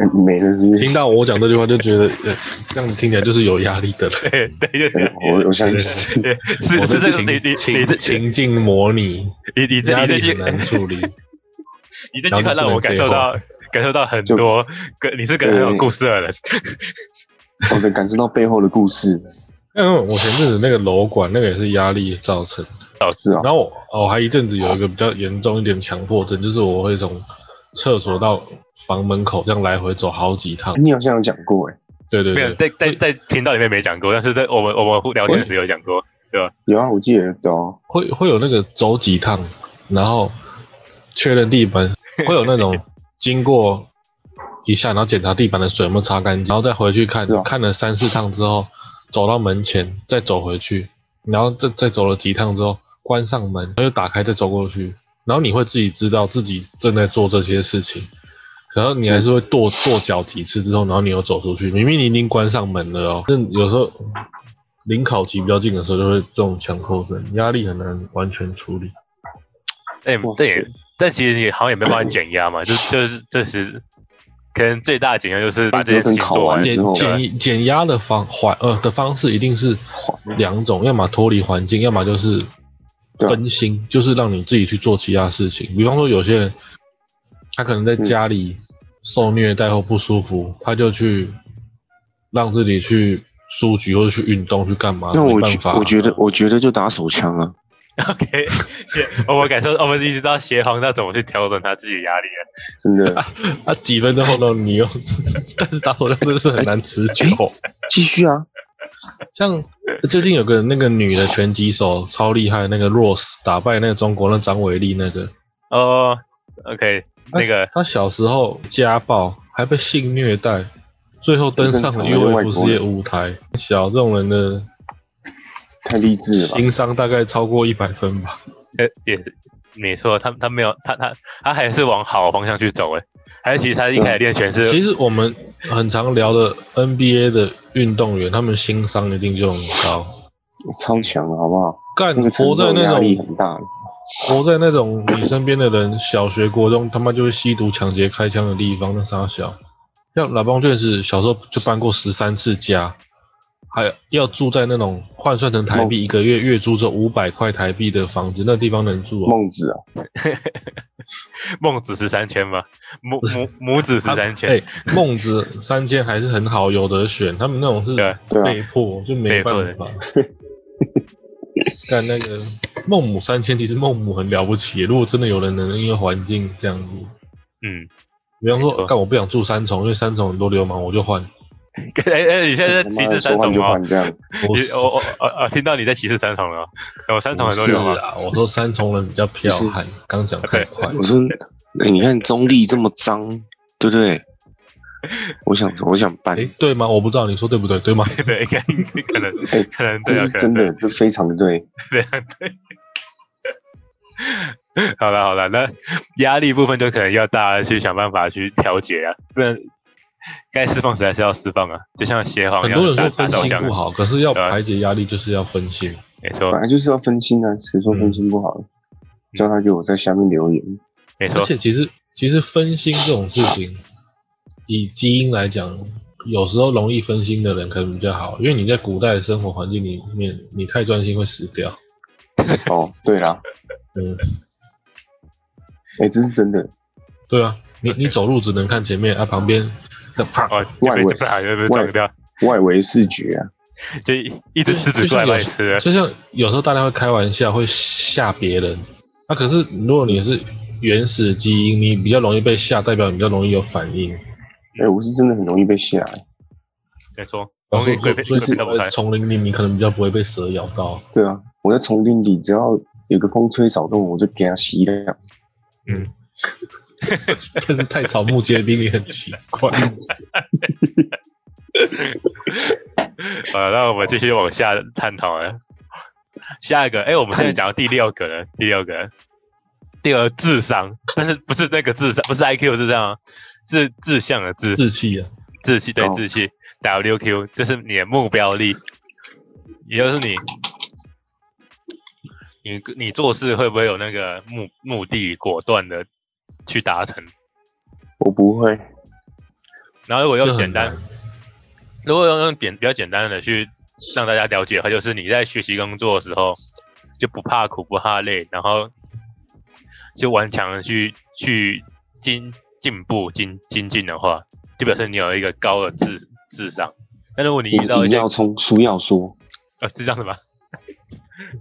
S2: 嗯没了是不是
S3: 听？到我讲这句话就觉得，呃，这样子听起来就是有压力的人。
S1: 对对
S2: 嗯
S1: 对，
S2: 我我相信
S3: 对
S2: 是。
S1: 对是
S3: 我
S1: 是
S3: 的
S1: 这个
S3: 情
S1: 你你你
S3: 情
S1: 这
S3: 情境模拟，
S1: 你你这
S3: 压
S1: 你这
S3: 力
S1: 句
S3: 很难 处理。
S1: 你这句话让我感受到感受到很
S2: 就
S1: 多跟你是个很有
S2: 对
S1: 故事的人，
S2: 我能感受到背后的故事。
S3: 因为我前阵子那个楼管那个也是压力造成的，
S2: 是啊，
S3: 然后我哦我还一阵子有一个比较严重一点强迫症，就是我会从厕所到房门口这样来回走好几趟。
S2: 你好像有讲过哎、
S3: 对对
S1: 没有
S3: 对，
S1: 在在在频道里面没讲过，但是在我们我们聊天的时候有讲过。
S2: 有啊，我记得有哦。
S3: 会会有那个走几趟，然后确认地板，会有那种经过一下，然后检查地板的水有没有擦干净，然后再回去看，
S2: 是哦
S3: 看了三四趟之后，走到门前再走回去，然后再再走了几趟之后，关上门，然后又打开再走过去，然后你会自己知道自己正在做这些事情，然后你还是会跺跺脚几次之后，然后你又走出去，明明你已经关上门了哦。但有时候临考期比较近的时候，就会这种强迫症，压力很难完全处理。
S1: 但也
S2: 哇
S1: 但哎也
S2: 塞
S1: 但其实也好像也没办法减压嘛，就就是这时可能最大的减压就是把这件事情做完
S2: 那
S1: 对
S2: 时
S3: 减
S2: 候
S3: 减减压的方环呃的方式一定是两种，要么脱离环境，要么就是
S2: 对啊
S3: 分心，就是让你自己去做其他事情。比方说，有些人他可能在家里受虐待或不舒服，他就去让自己去书局或者去运动去干嘛，
S2: 那
S3: 啊没
S2: 我
S3: 办
S2: 觉
S3: 法。
S2: 我觉得我觉得就打手枪啊，
S1: OK，是 我们感受，我们一直到协防他怎么去调整他自己的压力了。
S2: 真的。
S3: 啊，几分钟后呢，你又， 但是打手枪真的是很难持久。
S2: 继续啊，
S3: 像最近有个那个女的拳击手超厉害，那个 Rose 打败那个中国那张伟丽那个，
S1: 哦、o k 那个
S3: 她小时候家暴还被性虐待，最后登上了 UFC 的舞台。小这种人的
S2: 太励志了吧！
S3: 情商大概超过一百分吧。
S1: 呃也是没错，他他没有他他他还是往好的方向去走诶，还是其实他一开始练拳是
S3: 啊其实我们很常聊的 NBA 的运动员，他们情商一定就很高。
S2: 超强了，好不好？
S3: 干
S2: 那个承
S3: 活在
S2: 受
S3: 那
S2: 压力
S3: 种
S2: 很大，
S3: 活在那种你身边的人，小学、国中他妈就是吸毒、抢劫、开枪的地方，那傻小。像老邦确实小时候就搬过十三次家，还要住在那种换算成台币一个月月租这五百块台币的房子，那地方能住、哦？
S2: 孟子啊，
S1: 孟子十三千吗？母母母子十三千，
S3: 哎，孟子三千还是很好，有得选。他们那种是
S1: 对
S2: 对啊
S3: 被迫，就没办
S1: 被
S3: 法。干那个孟母三迁，其实孟母很了不起。如果真的有人能因为环境这样子，
S1: 嗯，
S3: 比方
S1: 没错
S3: 说，干我不想住三重，因为三重很多流氓，我 就换。
S1: 哎哎，你现在在
S2: 他
S1: 歧
S2: 妈的
S1: 视
S2: 说
S1: 三哦
S2: 换
S1: 重
S2: 就
S1: 吗
S2: 换？这样，
S3: 我
S1: 你我我我我哦听到你在歧视三重了哦，我三重很多
S2: 是
S1: 流
S2: 啊
S1: 氓
S3: 是。啊，我说三重人比较彪悍，刚讲太快。
S2: 我 说，哎你看中立这么脏，对不对？我想，我想搬
S3: 哎，，对吗？我不知道你说对不对，对吗？
S1: 对，应该可能
S2: 哎
S1: 可能
S2: 这
S1: 对啊，
S2: 是
S1: 可
S2: 真
S1: 能
S2: 的，这非常的对。
S1: 对 啊对。好了好了，那压力部分就可能要大家去想办法去调节啊，不然该释放时还是要释放啊，就像协防
S3: 很
S1: 一
S3: 多
S1: 样，
S3: 人
S1: 打
S3: 说
S1: 打
S3: 分
S1: 手
S3: 心
S1: 枪
S3: 不
S1: 啊，
S3: 好，可是要
S1: 对啊
S3: 排解压力就是要分心。
S1: 没错
S2: 本来就是要分心啊，谁说分心不好？
S1: 嗯
S2: 叫他给我在下面留言。
S1: 没错
S3: 而，且其实其实分心这种事情，以基因来讲，有时候容易分心的人可能比较好，因为你在古代的生活环境里面，你太专心会死掉。
S2: 哦，对啦，
S3: 嗯，
S2: 哎，这是真的，
S3: 对啊，你你走路只能看前面啊，旁边 那啪
S1: 哦，就被
S2: 外围
S1: 就被海就被撞掉，
S2: 外围视觉啊，
S1: 就一一只狮子过来把你吃了，
S3: 就像有时候大家会开玩笑，会吓别人。那、可是如果你是原始基因，你比较容易被吓，代表你比较容易有反应。
S2: 哎，我是真的很容易被吓，哎
S1: 没错，
S3: 然
S1: 我
S3: 后
S1: 给鬼
S3: 说
S1: 被
S3: 所
S1: 鬼
S3: 以
S1: 被弄开
S3: 在，丛林里，你可能比较不会被蛇咬到。
S2: 对啊，我在丛林里，只要有个风吹草动，我就给他吸了。
S3: 但是太草木皆兵也很奇 怪。
S1: 好了，呃那我们继续往下探讨了。下一个，哎、我们现在讲到第六个了，第六个，第二智商，但是不是那个智商，不是 IQ 智商、啊，是志向的志，
S3: 志气啊，
S1: 志气对
S2: 哦
S1: 志气、WQ，就是你的目标力，也就是你，你你做事会不会有那个目目的，果断的去达成？
S2: 我不会，
S1: 然后如果
S3: 就
S1: 用简
S3: 很
S1: 单
S3: 难。，
S1: 如果用用简比较简单的去让大家了解的话，就是你在学习工作的时候就不怕苦不怕累，然后就顽强的去去进进步精精进的话，就表示你有一个高的智智商。那如果你遇到一
S2: 你
S1: 些
S2: 要冲，书要说，
S1: 呃智商什么，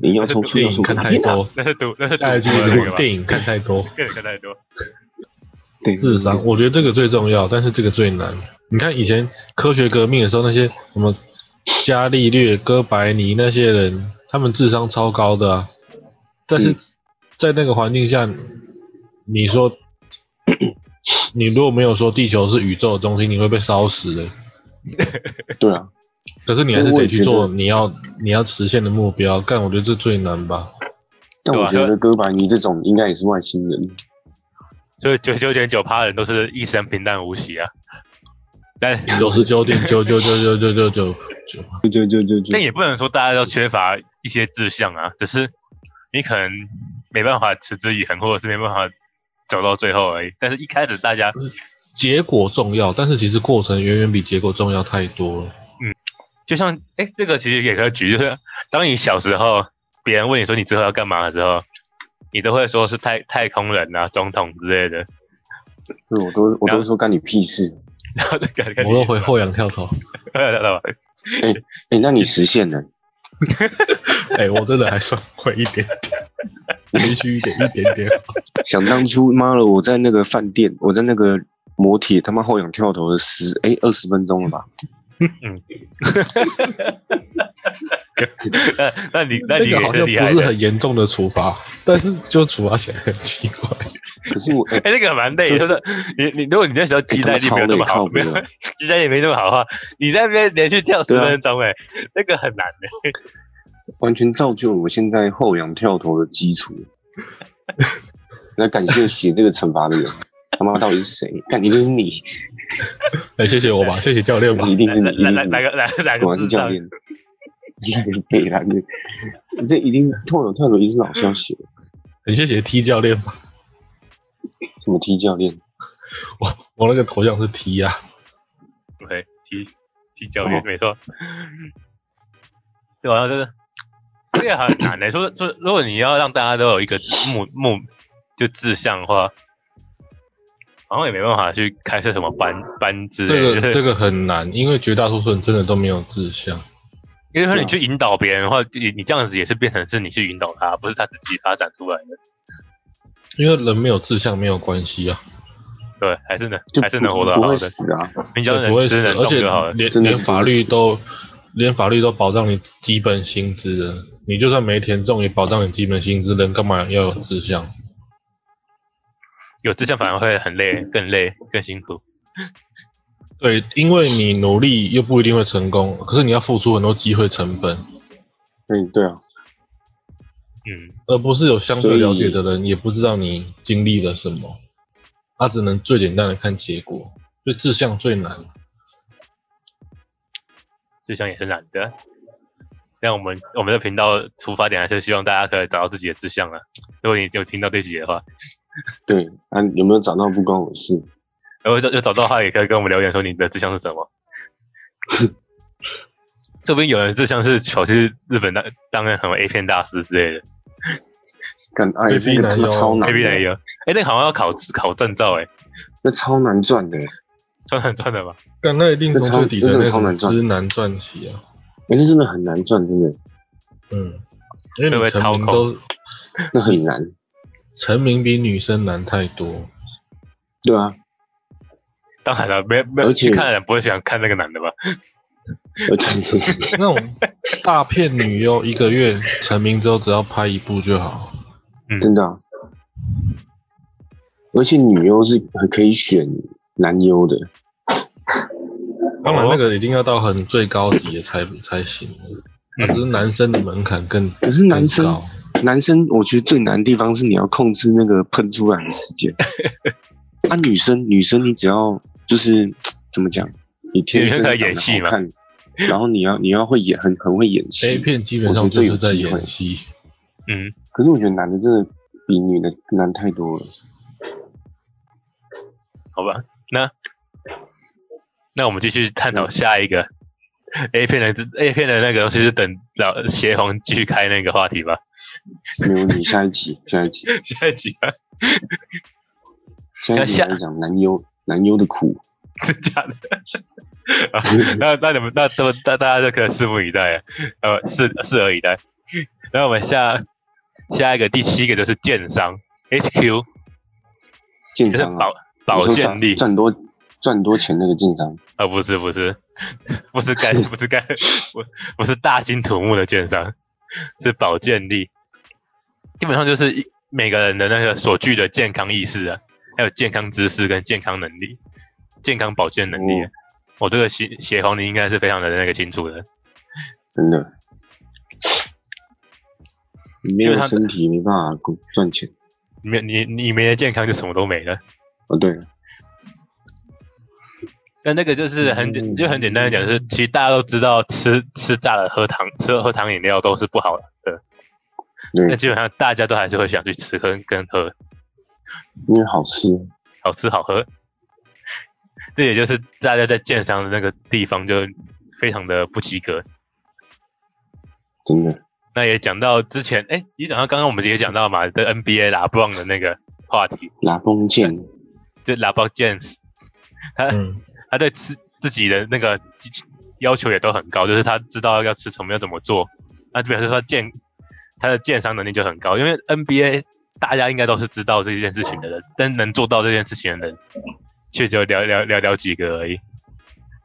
S2: 你要冲，书要
S3: 电影
S2: 说，
S3: 看太多，
S1: 那是赌那是赌
S3: 下
S1: 博
S3: 一句是
S1: 的
S3: 什
S1: 那个
S3: 么？
S1: 吧？
S3: 电影看太多，
S1: 个人看太多，
S2: 对，
S3: 智商，我觉得这个最重要，但是这个最难。你看以前科学革命的时候，那些什么伽利略、哥白尼那些人，他们智商超高的啊，但是在那个环境下，你说你如果没有说地球是宇宙的中心，你会被烧死的。
S2: 对啊，
S3: 可是你还是得去做你要你要实现的目标。干，我觉得这最难吧。
S2: 但
S1: 啊
S2: 我觉得哥白尼这种应该也是外星人。
S1: 所以九九点九趴人都是一生平淡无奇啊。但
S3: 九十九点九九九九九九九九
S2: 九九九九，
S1: 但也不能说大家都缺乏一些志向啊，只是你可能没办法持之以恒，或者是没办法走到最后而已。但是一开始大家
S3: 结果重要，但是其实过程远远比结果重要太多了。
S1: 嗯，就像哎、欸，这个其实也可以举，就是当你小时候别人问你说你之后要干嘛的时候，你都会说是太太空人啊、总统之类的。
S2: 对，我都我都说干你屁事。
S1: 然后改
S3: 我 又回后仰跳投，
S1: 哎
S2: 哎、欸欸，那你实现了？
S3: 哎欸，我真的还算会一点点，谦虚一点一点点。
S2: 想当初，妈的，我在那个饭店，我在那个摩铁，他妈后仰跳投了十哎二十分钟了吧？
S1: 嗯，那那你 那你、
S3: 那個、好像不是很严重的处罚，但是就处罚起来很奇怪。
S2: 可是我哎、
S1: 欸，那个蛮累，就是你你如果你那时候肌耐力没有那么好，没 有肌耐力没那么好的话，你在那边连续跳十分钟、欸，哎、啊，那个很难的、
S2: 欸，完全造就我现在后仰跳投的基础。那感谢写这个惩罚的人，他妈到底是谁？感觉就是你。
S3: 哎，谢谢我吧，谢谢教练吧，
S2: 一定是你，
S1: 哪哪哪个哪哪个？
S2: 嗯果然是教练，哪个北兰的？这一定是跳投跳投，一定是老消息。
S3: 很谢谢 T 教练吧。
S2: 什么 T 教练？
S3: 我我那个头像是 T 呀、啊，
S1: 对，T T 教练、哦、没错。对啊，就是这个很难的、欸。说说，如果你要让大家都有一个目目就志向的话，好像也没办法去开设什么班班之类
S3: 的。这
S1: 个
S3: 这个很难，因为绝大多数人真的都没有志向。
S1: 因为说你
S3: 啊
S1: 去引导别人的话，你你这样子也是变成是你去引导他，不是他自己发展出来的。
S3: 因为人没有志向没有关系啊，
S1: 对，还是能还是能活得好的，
S2: 死啊，
S1: 你只要
S3: 不会
S1: 死，
S3: 而且连连法律都连法律都保障你基本薪资的，你就算没填中也保障你基本薪资，人干嘛要有志向？
S1: 有志向反而会很 累，更累，更辛苦。
S3: 对，因为你努力又不一定会成功，可是你要付出很多机会成本。
S2: 嗯，对啊。
S1: 嗯，
S3: 而不是有相对了解的人，也不知道你经历了什么，他只能最简单的看结果，所以志向最难，
S1: 志向也是难的。但我们我们的频道出发点还是希望大家可以找到自己的志向啊。如果你有听到这集的话，
S2: 对，啊，有没有找到不关我事。
S1: 然后呃有找到的话，也可以跟我们留言说你的志向是什 么。这边有人志向是考去日本当当任什么 A 片大师之类的。
S2: 干爱、啊、那个他妈超难
S1: ，A B 男优，哎、欸，那個、好像要考考证照哎、欸，
S2: 那超难赚的、欸，
S1: 超难赚的吧？
S3: 但那一定从最底层
S2: 那超难
S3: 赚，难赚起啊！
S2: 哎，那真的很难赚，真的。
S3: 嗯，因为成名都
S2: 那很难，
S3: 成名比女生难太多。
S2: 对啊，
S1: 当然了，没没有去看人不会想看那个男的吧？
S3: 那种大片女优一个月成名之后，只要拍一部就好。
S1: 嗯，
S2: 真的、啊。而且女优是可以选男优的，
S3: 当
S1: 哦
S3: 然那个一定要到很最高级的才才行。
S1: 嗯
S3: 只是男生的门槛更
S2: 可是男生男生我觉得最难的地方是你要控制那个喷出来的时 间。啊，女生女生你只要就是怎么讲，你天生
S1: 演戏嘛。
S2: 然后你要你要会演，很很会演戏。
S3: A 片基本上就是在演戏。
S1: 嗯，
S2: 可是我觉得男的真的比女的难太多了。
S1: 好吧，那那我们继续探讨下一个 A 片的 A 片的那个，就是等老协红继续开那个话题吧。
S2: 没问题，下一集，下一集，
S1: 下一集啊！
S2: 下一集来讲男优男优的苦。
S1: 真假的？ 啊、那那你们那都大大家就可以拭目以待，呃，拭拭而以待。那我们下下一个第七个就是建商 HQ，
S2: 建商、啊、
S1: 保保健力
S2: 赚多赚多钱那个建商
S1: 啊、呃，不是不是 不是盖不是盖不不是大兴土木的建商，是保健力，基本上就是每个人的那个所具的健康意识啊，还有健康知识跟健康能力、健康保健能力。
S2: 哦
S1: 我、这个协协同你应该是非常的那个清楚的，
S2: 真的。你没
S1: 就是
S2: 有
S1: 他的
S2: 身体没办法工赚钱
S1: 你没你你没了健康就什么都没了。
S2: 哦，对，
S1: 但那个就是很简，
S2: 嗯
S1: 就很简单的讲，就是其实大家都知道吃吃炸的、喝糖、吃喝糖饮料都是不好的。
S2: 对
S1: 那基本上大家都还是会想去吃跟跟喝，
S2: 因为好吃。
S1: 好吃好喝。这也就是大家在建商的那个地方就非常的不及格。
S2: 真的，
S1: 那也讲到之前，哎，也讲到刚刚我们也讲到嘛，在 NBA 拉布朗的那个话题，
S2: 拉弓箭，
S1: 就拉布朗 James，他
S3: 嗯，
S1: 他啊对自自己的那个要求也都很高，就是他知道要吃什么要怎么做，那就表示说健他的健商能力就很高，因为 NBA 大家应该都是知道这件事情的人，但能做到这件事情的人却只有寥寥寥寥几个而已。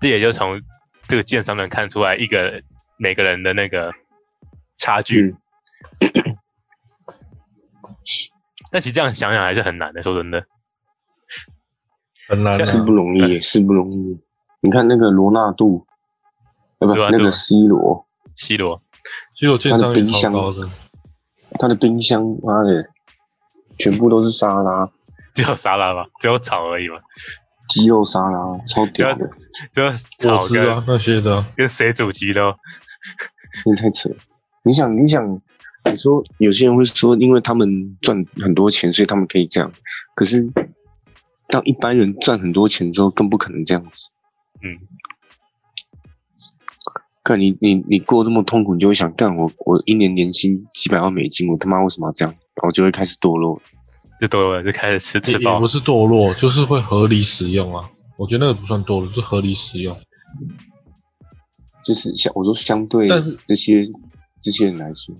S1: 这也就从这个健商能看出来一个每个人的那个差距。
S2: 嗯
S1: 但其实这样想想还是很难的，说真的，
S3: 很难、
S2: 是
S3: 啊
S2: 不。容易，
S1: 对
S2: 是不容易。你看那个罗纳度，呃，不，
S1: 罗纳度
S2: 那个 C 罗，
S1: 西罗
S3: 其实我建商也超高的，
S2: 他的冰箱，妈的，全部都是沙拉，
S1: 只有沙拉嘛，只有草而已嘛，
S2: 鸡肉沙拉，超屌的，
S1: 只有
S3: 我
S1: 草
S3: 知
S1: 跟、
S3: 啊，那些的啊、
S1: 跟水煮鸡肉。
S2: 那太扯了。你想，你想，你说有些人会说，因为他们赚很多钱，所以他们可以这样。可是，当一般人赚很多钱之后，更不可能这样子。
S1: 嗯，
S2: 干你你你过那么痛苦，你就会想干我我一年年薪几百万美金，我他妈为什么要这样？然后就会开始堕落。
S1: 就多了，就开始吃
S3: 也
S1: 吃
S3: 也
S1: 饱
S3: 不。是堕落，就是会合理使用啊。我觉得那个不算堕落，就是合理使用。
S2: 就是相我说相对，
S3: 但是
S2: 这些这些人来说，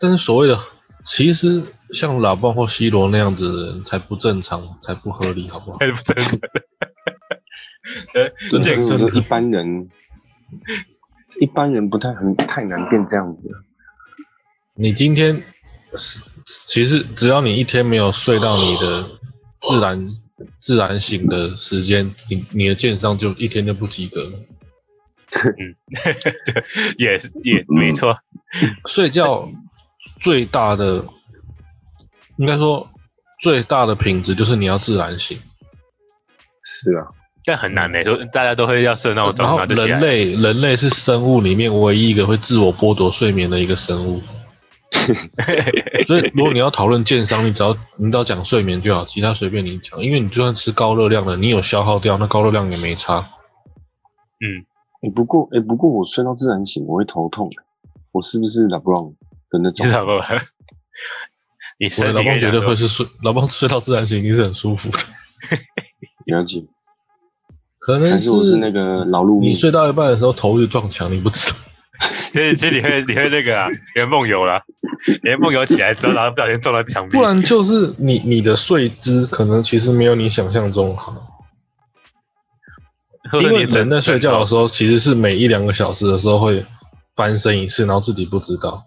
S3: 但是所谓的，其实像老棒或 C 罗那样子的人才不正常，才不合理，好不好？
S1: 太不 真诚了。呃，
S3: 健
S1: 健
S3: 身
S2: 所以
S3: 的
S2: 我说一般人，一般人不太很太难变这样子。
S3: 你今天是其实只要你一天没有睡到你的自然自然醒的时间，你你的健商就一天就不及格了。
S1: 也是也没错，
S3: 睡觉最大的，应该说最大的品质就是你要自然醒。
S2: 是啊，
S1: 但很难没错，大家都会要设闹钟，
S3: 然后
S1: 后就起来。
S3: 人类人类是生物里面唯一一个会自我剥夺睡眠的一个生 物。所以，如果你要讨论健商，你只要你只要讲睡眠就好，其他随便你讲。因为你就算吃高热量的，你有消耗掉，那高热量也没差。
S1: 嗯，
S2: 哎、不过哎、不过我睡到自然醒，我会头痛。我是不是 LeBron 的那种
S1: 知？道不？你
S3: 我的
S1: 身
S3: 老
S1: 体
S3: 公
S1: 跟你讲
S3: 绝对会
S1: 说，
S3: 是睡，老公睡到自然醒，一定是很舒服的。
S2: 了解，
S3: 可
S2: 还
S3: 能
S2: 是我是那个劳碌
S3: 你
S2: 命？
S3: 睡到一半的时候头就撞墙，你 不知道。
S1: 其实其实你会你会那个啊，你会梦游啦，你会梦游起来之后，然后不小心撞到墙壁
S3: 不，然就是你你的睡姿可能其实没有你想象中好，
S1: 或
S3: 因
S1: 者
S3: 为
S1: 你
S3: 人
S1: 枕
S3: 在睡觉的
S1: 枕
S3: 时候其实是每一两个小时的时候会翻身一次，然后自己不知道。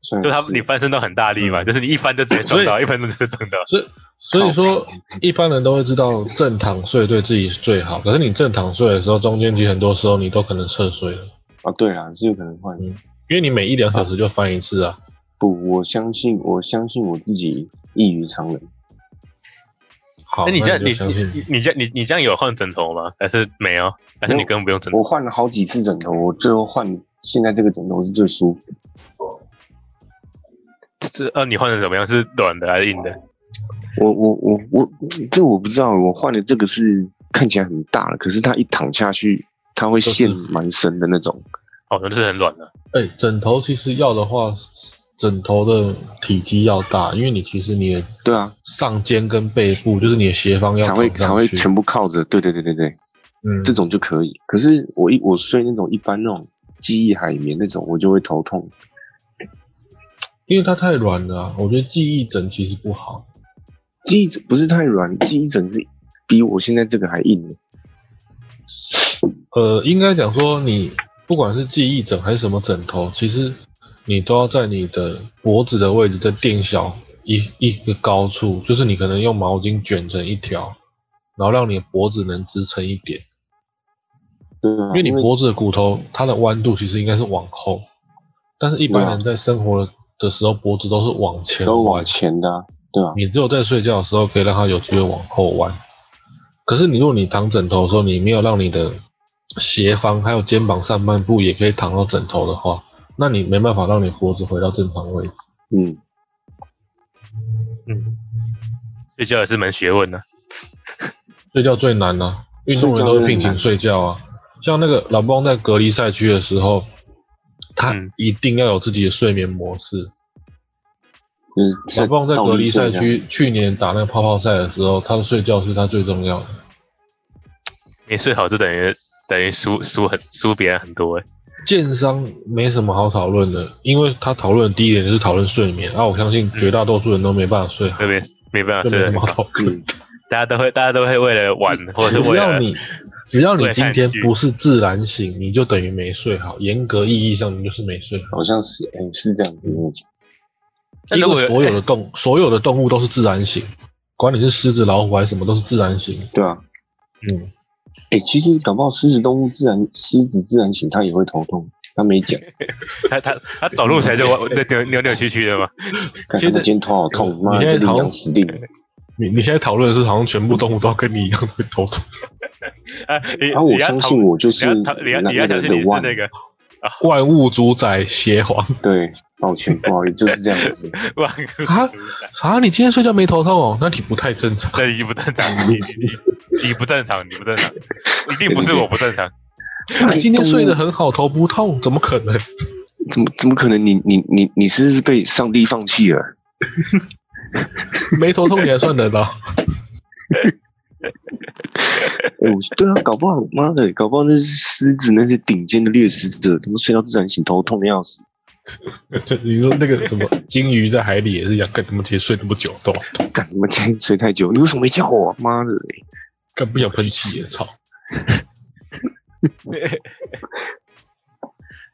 S2: 虽
S1: 头就
S2: 然
S1: 他
S2: 是
S1: 你翻身都很大力
S3: 嗯
S1: 嘛，就是你一翻就直接撞到，一翻就直接撞到。
S3: 所以所以说一般人都会知道正躺睡对自己是最好，可是你正躺睡的时候，中间其实很多时候你都可能侧睡了，
S2: 啊，对啦，是有可能换。
S3: 因为你每一两小时就翻一次啊。
S1: 哎
S2: 不，我相信，我相信我自己异于常人。
S3: 好，
S1: 那哎你这样
S3: 哦就
S1: 你
S3: 相信
S1: 你你这样你你这样有换枕头吗？还是没有？还是你根本不用枕头？
S2: 我换了好几次枕头，我最后换现在这个枕头是最舒服。
S1: 这呃，你换成怎么样？是软的还是硬的？
S2: 我我我我，这我不知道，我换的这个是看起来很大了，可是它一躺下去，它会陷蛮深的那种。
S1: 哦，那就是很软的。
S3: 哎，枕头其实要的话，枕头的体积要大，因为你其实你的
S2: 对啊，
S3: 上肩跟背部，就是你的斜方要
S2: 才会
S3: 躺
S2: 才
S3: 上
S2: 会
S3: 去。
S2: 全部靠着。对对对对对，
S3: 嗯，
S2: 这种就可以。可是我一我睡那种一般那种记忆海绵那种，我就会头痛。
S3: 因为它太软了啊、我觉得记忆枕其实不好。
S2: 记忆枕不是太软，记忆枕是比我现在这个还硬。
S3: 呃，应该讲说你不管是记忆枕还是什么枕头，其实你都要在你的脖子的位置再垫小一一个高处，就是你可能用毛巾卷成一条，然后让你的脖子能支撑一点，
S2: 对啊，
S3: 因为你脖子的骨头它的弯度其实应该是往后，但是一般人在生活的时候脖子都是往前
S2: 都
S3: 弯
S2: 往，前的、啊，对啊，
S3: 你只有在睡觉的时候可以让它有机会往后弯。可是你如果你躺枕头的时候，你没有让你的斜方还有肩膀上半部也可以躺到枕头的话，那你没办法让你脖子回到正常位置。
S2: 嗯，
S1: 嗯，睡觉也是门学问的、
S3: 睡觉最难啊，运动员都是聘请睡觉啊。像那个老邦在隔离赛区的时候，他
S1: 嗯
S3: 一定要有自己的睡眠模式。
S2: 嗯就是
S3: 老邦在
S2: 倒
S3: 隔
S2: 立
S3: 离赛
S2: 睡觉
S3: 区去年打那个泡泡赛的时候，他的睡觉是他最重要的。
S1: 没睡好就等于等于输输很输别人很多欸。
S3: 建商没什么好讨论的，因为他讨论的第一点就是讨论睡眠，啊，我相信绝大多数人都没办法睡好，
S1: 特别没办法
S3: 就
S1: 睡
S3: 没
S1: 得
S3: 什
S1: 很
S3: 么好
S1: 好，
S3: 讨论。
S2: 嗯，
S1: 大家都会大家都会为了玩或者是
S3: 只
S1: 为了
S3: 要你只要你
S1: 为了
S3: 今
S1: 看
S3: 天
S1: 剧
S3: 不是自然醒，你就等于没睡好。严格意义上，你就是没睡好，
S2: 好像是，哎、是这样子，
S3: 嗯
S2: 没有错
S1: 那
S3: 因
S1: 如果
S3: 为所有的哎动所有的动物都是自然醒，管你是狮子、老虎还是什么，都是自然醒。
S2: 对啊，
S3: 嗯，
S2: 哎、其实搞不好狮子动物自然，狮子自然醒它也会头痛，它没讲，
S1: 他他他走路起来就我就扭扭扭曲曲的嘛，
S2: 看
S3: 现
S2: 它
S3: 在
S2: 今天头好痛，妈
S3: 你现
S2: 这
S3: 在
S2: 里
S3: 好
S2: 痒死定了。
S3: 你你现在讨论的是好像全部动物都要跟你一样会头 痛，
S1: 啊，你
S2: 然后我
S1: 你要
S2: 相
S1: 逃
S2: 信我就是
S1: 你要逃你要
S2: 那
S1: 你要
S2: 那
S1: 相
S2: 个
S1: 信你
S2: 的
S1: 是
S2: one，
S1: 那个
S3: 万物主宰邪皇
S2: 对，抱歉，不好意思，就是这样子。
S1: 哇，
S3: 啊啊！你今天睡觉没头痛哦，那你不太正常。
S1: 这你不正常，你你你你不正常，你不正常，一定不是我不正常。
S3: 你今天睡得很好，头不痛，怎么可能？
S2: 怎么怎么可能你？你你你是不是被上帝放弃了？
S3: 没头痛你还算人啊？
S2: 哎、我对啊，搞不好妈的，搞不好那是狮子，那是顶尖的猎食者，他们睡到自然醒，头痛的要死。
S3: 就你说那个什么金鱼在海里也是一样，跟他们其实睡那么久都
S2: 干你们今天睡太久，你为什么没叫我、啊？妈的嘞！
S3: 更不想喷气也操！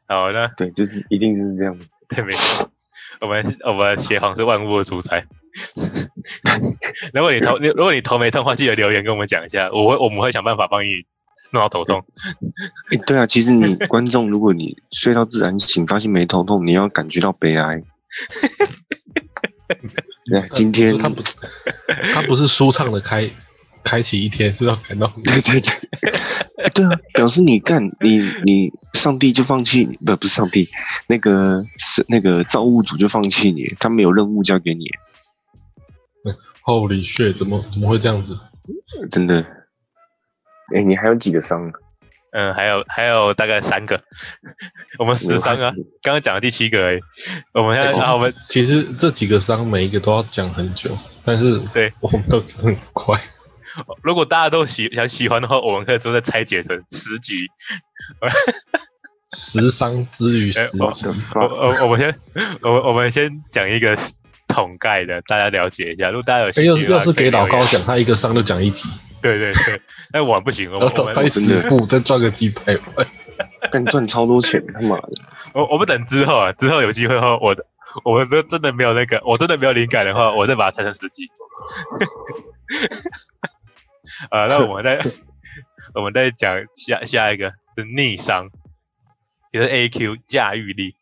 S1: 好，那
S2: 对，就是一定就是这样。
S1: 对，没错，我们我们协皇是万物的主宰。 如果你头你如果你头没痛的话，记得留言跟我们讲一下，我会我们会想办法帮你弄到头痛。
S2: 哎、对啊，其实 你观众，如果你睡到自然醒，发现没头痛，你要感觉到悲 哀。对啊，今天
S3: 他不，他不是舒畅的开开启一天，是要感到
S2: 对对 对，对啊，表示你干你你上帝就放弃你，不不是上帝，那个是那个造物主就放弃你，他没有任务交给你，
S3: Holy shit！怎么怎么会这样子？
S2: 真的。哎、你还有几个伤？
S1: 嗯，还有还有大概三个，我们十三个，啊刚刚讲的第七个而已。我们现在、啊，我们
S3: 哎其实这几个伤每一个都要讲很久，但是
S1: 对
S3: 我们都讲很快。
S1: 如果大家都喜想喜欢的话，我们可以都再拆解成十集。
S3: 十伤之于十
S1: 哎我
S2: 我的
S3: 级，
S1: 我呃
S2: fuck，
S1: 我我们先，我我们先讲一个统概的，大家了解一下。如果大家有
S3: 哎，
S1: 兴趣
S3: 要
S1: 的话，
S3: 是要是
S1: 可以
S3: 给老
S1: 留言
S3: 高，讲，他一个伤就讲一集，
S1: 对对对，但我们不行，我
S3: 然
S1: 们
S3: 后
S1: 我
S3: 找
S1: 们
S3: 拍
S2: 真的
S3: 十部，再赚个几百万。
S2: 但赚超多钱，他妈的！
S1: 我我们等之后啊，之后有机会后，我的我们都真的没有那个，我真的没有灵感的话，我再把它拆成十集。 啊，那我们再我们再讲下下一个是逆商，也是 AQ 驾驭力。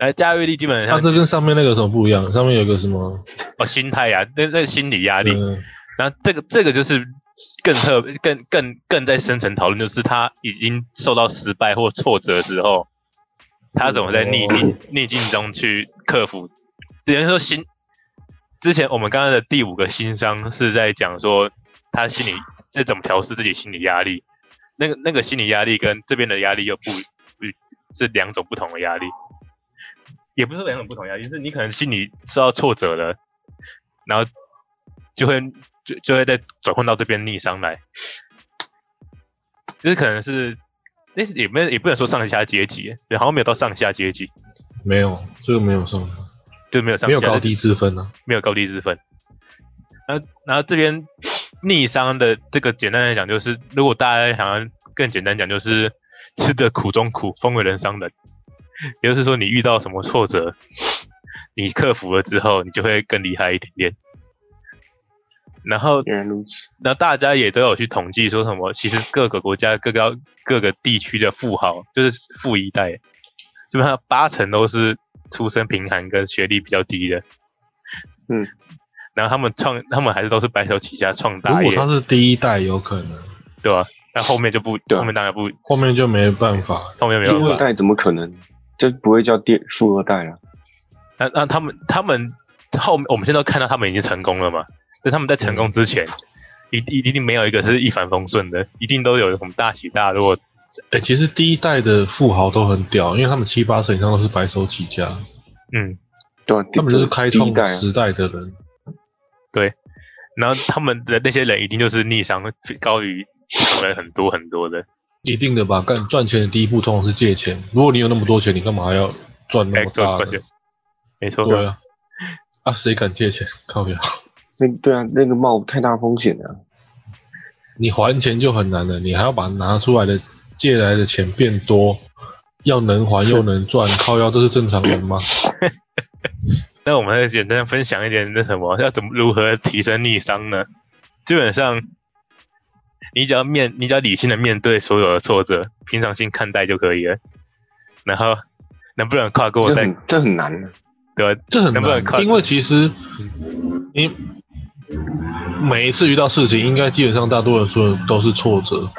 S1: 那驾驭力基本
S3: 那
S1: 上
S3: 这跟上面那个有什么不一样？上面有个什么？
S1: 哦心态呀、那那心理压力，
S3: 嗯，
S1: 然后这个这个就是更特更更更在深层讨论，就是他已经受到失败或挫折之后，他怎么在逆境、逆境中去克服。比如说心，之前我们刚刚的第五个心伤是在讲说他心里这怎么调试自己心理压力，那个那个心理压力跟这边的压力又不不是两种不同的压力，也不是两种不同的压力，就是你可能心里受到挫折了，然后就会就就会再转换到这边逆商来，就是可能是那也没有也不能说上下阶级，对，好像没有到上下阶级，
S3: 没有，这个没有上，
S1: 就没有上
S3: 没
S1: 下
S3: 有高低之分啊。
S1: 没有高低之分。然后，然后这边逆商的这个简单来讲，就是如果大家想要更简单讲，就是吃得苦中苦，方为人上人。也就是说，你遇到什么挫折，你克服了之后，你就会更厉害一点点。然后，
S2: 原来如此。
S1: 然后大家也都有去统计说什么，其实各个国家、各个各个地区的富豪，就是富一代，基本上八成都是出身贫寒跟学历比较低的。
S2: 嗯，
S1: 然后他们创，他们还是都是白手起家创大
S3: 如
S1: 业
S3: 果，他是第一代，有可能
S1: 对吧、但后面就不，
S2: 对啊
S1: 后面当然不，
S3: 后面就没办法。
S1: 后面没
S2: 第
S1: 有
S2: 二
S1: 办法。
S2: 代怎么可能？这不会叫第富二代啊？
S1: 那那他们他们后面，我们现在都看到他们已经成功了嘛？但他们在成
S3: 嗯
S1: 功之前，一一定没有一个是一帆风顺的，一定都有什么大起大落。
S3: 哎、其实第一代的富豪都很屌，因为他们七八成以上都是白手起家，
S1: 嗯，
S2: 对啊，
S3: 他们就是开创
S2: 第一代啊
S3: 时代的人。
S1: 然后他们的那些人一定就是逆商高于常人很多很多的。
S3: 一定的吧，干赚钱的第一步通常是借钱。如果你有那么多钱，你干嘛还要赚那
S1: 哎，
S3: 么
S1: 赚
S3: 大
S1: 赚
S3: 的
S1: 钱？，没错，
S3: 对啊，啊，谁敢借钱？靠呀，
S2: 那对啊，那个冒太大风险了啊、
S3: 你还钱就很难了，你还要把拿出来的借来的钱变多，要能还又能赚，靠腰这是正常 人吗？
S1: 那我们再简单分享一点那什么，要怎么如何提升逆商呢？基本上，你只要面，你只要理性的面对所有的挫折，平常心看待就可以了。然后，能不能跨过
S2: 这
S1: 再
S2: 很这很难啊。
S1: 对吧？
S3: 这很
S1: 能不能看
S3: 难，因为其实你每一次遇到事情，应该基本上大多数都是挫折。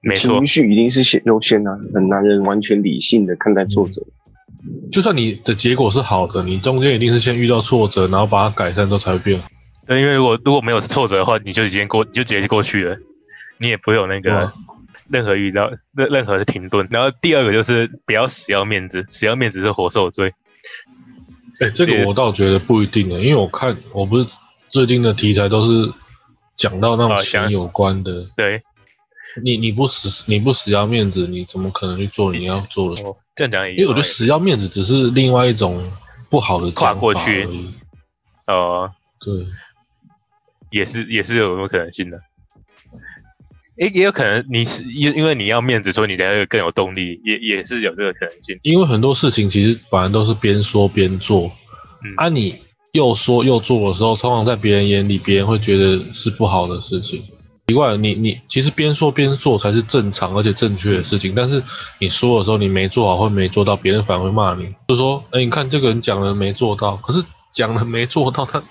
S1: 没错
S2: 情，绪一定是先优先啊，很难人完全理性的看待挫折。
S3: 就算你的结果是好的，你中间一定是先遇到挫折，然后把它改善之后才会变好。
S1: 对，因为如果如果没有挫折的话，你就直接过，你就直接过去了，你也不会有那个
S3: 哇
S1: 任何遇到任任何的停顿。然后第二个就是不要死要面子，死要面子是活受罪。
S3: 哎、这个我倒觉得不一定呢，因为我看我不是最近的题材都是讲到那
S1: 啊
S3: 种
S1: 讲
S3: 钱有关的。
S1: 对，
S3: 你你不死你不死要面子，你怎么可能去做你要做的事？
S1: 哦，这样讲也
S3: 因为我觉得死要面子只是另外一种不好的
S1: 跨
S3: 讲
S1: 过
S3: 法
S1: 去
S3: 而已。
S1: 呃
S3: 对，
S1: 也是也是有有可能性的。也也有可能你是因因为你要面子，所以你才会更有动力，也也是有这个可能性。
S3: 因为很多事情其实本来都是边说边做，
S1: 嗯
S3: 啊，你又说又做的时候，通常在别人眼里，别人会觉得是不好的事情。奇怪，你你其实边说边做才是正常而且正确的事情，但是你说的时候你没做好或没做到，别人反而会骂你，就说：“哎，你看这个人讲了没做到，可是讲了没做到，他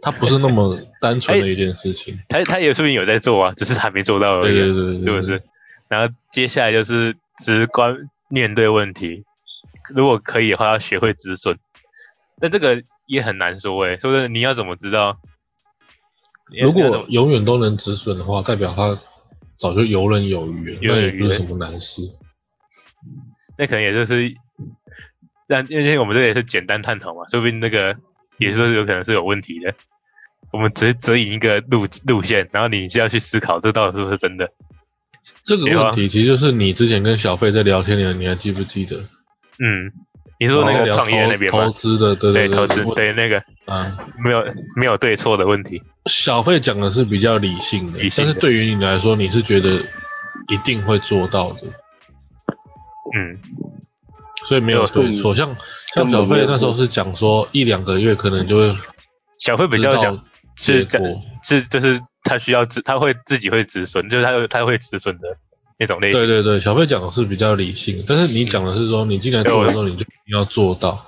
S3: 他不是那么单纯
S1: 哎
S3: 的一件事情。
S1: 他他也说明有在做啊，只是还没做到而
S3: 对
S1: 已啊。
S3: 对对对，
S1: 是不是？然后接下来就是直观面对问题，如果可以的话，要学会止损。但这个也很难说诶、说真的，你要怎么知道？你要
S3: 如
S1: 你要怎
S3: 果
S1: 么
S3: 永远都能止损的话，代表他早就游刃有余了，
S1: 游
S3: 那
S1: 刃
S3: 也
S1: 有余
S3: 不是什么难事。
S1: 那可能也就是，但因为我们这也是简单探讨嘛，说不定那个也是有可能是有问题的。我们只指引一个路路线，然后你就要去思考这到底是不是真的。
S3: 这个
S1: 有啊
S3: 问题其实就是你之前跟小费在聊天里，你还记不记得？
S1: 嗯，你是说那
S3: 然后
S1: 个
S3: 聊
S1: 创业
S3: 投
S1: 那边
S3: 哦投
S1: 吗？
S3: 资的，对
S1: 对，
S3: 对，
S1: 投资对那个
S3: 啊。
S1: 没有没有对错的问题。
S3: 小费讲的是比较理性的
S1: 理，性
S3: 但
S1: 的
S3: 是对于你来说，你是觉得一定会做到的，
S1: 嗯，
S3: 所以没
S1: 啊
S3: 有对错。像
S2: 根
S3: 像
S2: 本
S3: 小
S2: 没
S3: 费
S2: 有
S3: 那时候是讲说一两个月可能就会
S1: 小慧比
S3: 知
S1: 较
S3: 道
S1: 想
S3: 结
S1: 是讲
S3: 果，
S1: 是就是他需要止，他会自己会止损，就是他有他会止损的那种类型。
S3: 对对对，小费讲的是比较理性，但是你讲的是说你既然做了之后，你就一定要做到。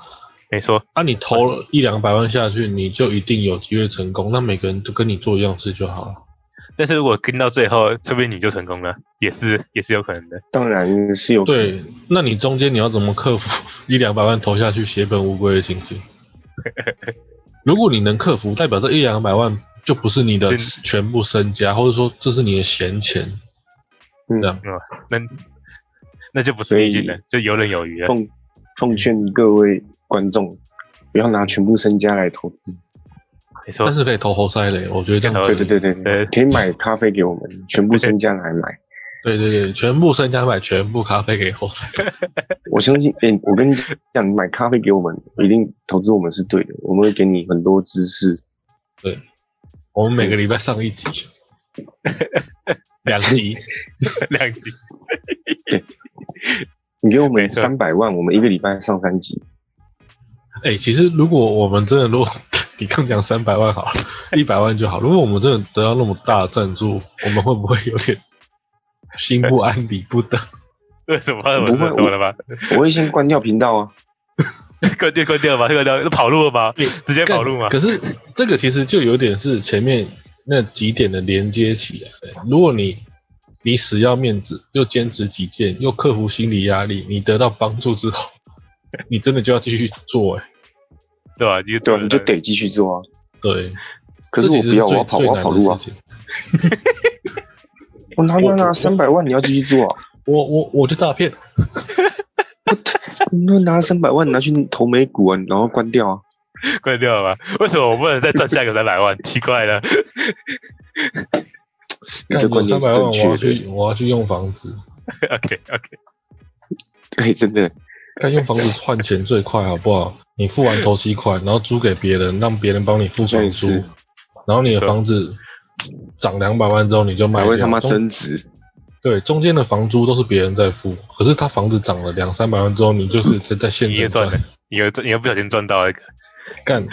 S1: 没错，
S3: 啊，你投了一两百万下去，你就一定有机会成功。那每个人都跟你做一样事就好了。
S1: 但是如果跟到最后，说不定你就成功了，也是也是有可能的。
S2: 当然是有
S3: 对，那你中间你要怎么克服 一两百万投下去血本无归的情 形？如果你能克服，代表这一两百万就不是你的
S1: 是
S3: 全部身家，或者说这是你的闲钱。
S2: 嗯
S3: 这样
S1: 那那就不是逆境了
S2: 所，
S1: 就游刃有余了。
S2: 奉奉劝各位观众，不要拿全部身家来投资。
S1: 没错
S3: 但，是可以投猴塞雷，我觉得这样
S1: 投
S3: 可
S2: 对
S3: 以
S2: 对对对对，
S1: 呃
S2: 可以买咖啡给我们，全部身家来买。
S3: 对对对，全部身家买全部咖啡给猴塞雷。
S2: 我相信，哎、我跟你讲，你买咖啡给我们，一定投资我们是对的，我们会给你很多知识。
S3: 我们每个礼拜上一集，两集，
S1: 两级
S2: 你给我
S1: 没
S2: 们
S1: 错
S2: 三百万，我们一个礼拜上三集，
S3: 哎、其实如果我们真的，如果你刚讲三百万好了，一百万就好。如果我们真的得到那么大的赞助，我们会不会有点心不安理不得？
S1: 为什么？我
S2: 不会
S1: 怎么了吗？
S2: 我会先关掉频道啊。
S1: 关掉关掉吧，关掉，跑路了吗？直接跑路吗？
S3: 可是这个其实就有点是前面那几点的连接起来。如果你你死要面子，又坚持己见，又克服心理压力，你得到帮助之后，你真的就要继续做、哎，
S1: 对吧？你
S2: 对啊，你就得继续做啊。
S3: 对。
S2: 可是
S3: 这
S2: 我
S3: 其实
S2: 不要，我
S3: 最
S2: 要跑，我
S3: 最
S2: 要
S3: 难
S2: 跑
S3: 的
S2: 路啊
S3: 事！情
S2: 我哪有
S3: 我
S2: 拿
S3: 我
S2: 三百万？你要继续做啊？
S3: 我我我就诈骗，
S2: 那拿三百万拿去投美股啊，然后关掉啊？
S1: 关掉了吧？为什么我不能再赚下一个三百万？ 奇怪了，
S2: 你这观
S3: 三
S2: 念是
S3: 百万
S2: 正
S3: 我
S2: 确
S3: 要去
S2: 的。
S3: 我要去用房子，
S1: OK OK，
S2: 哎，真的，
S3: 看用房子换钱最快，好不好？你付完头期款，然后租给别人，让别人帮你付房租
S2: 那也是，
S3: 然后你的
S1: 对
S3: 房子涨两百万之后你就
S2: 百
S3: 卖掉。
S2: 万他妈
S3: 中
S2: 增值，
S3: 对，中间的房租都是别人在付，可是他房子涨了两三百万之后，你就是在在现
S1: 你也
S3: 成
S1: 赚了
S3: 赚，
S1: 你又你又不小心赚到一个，
S3: 干，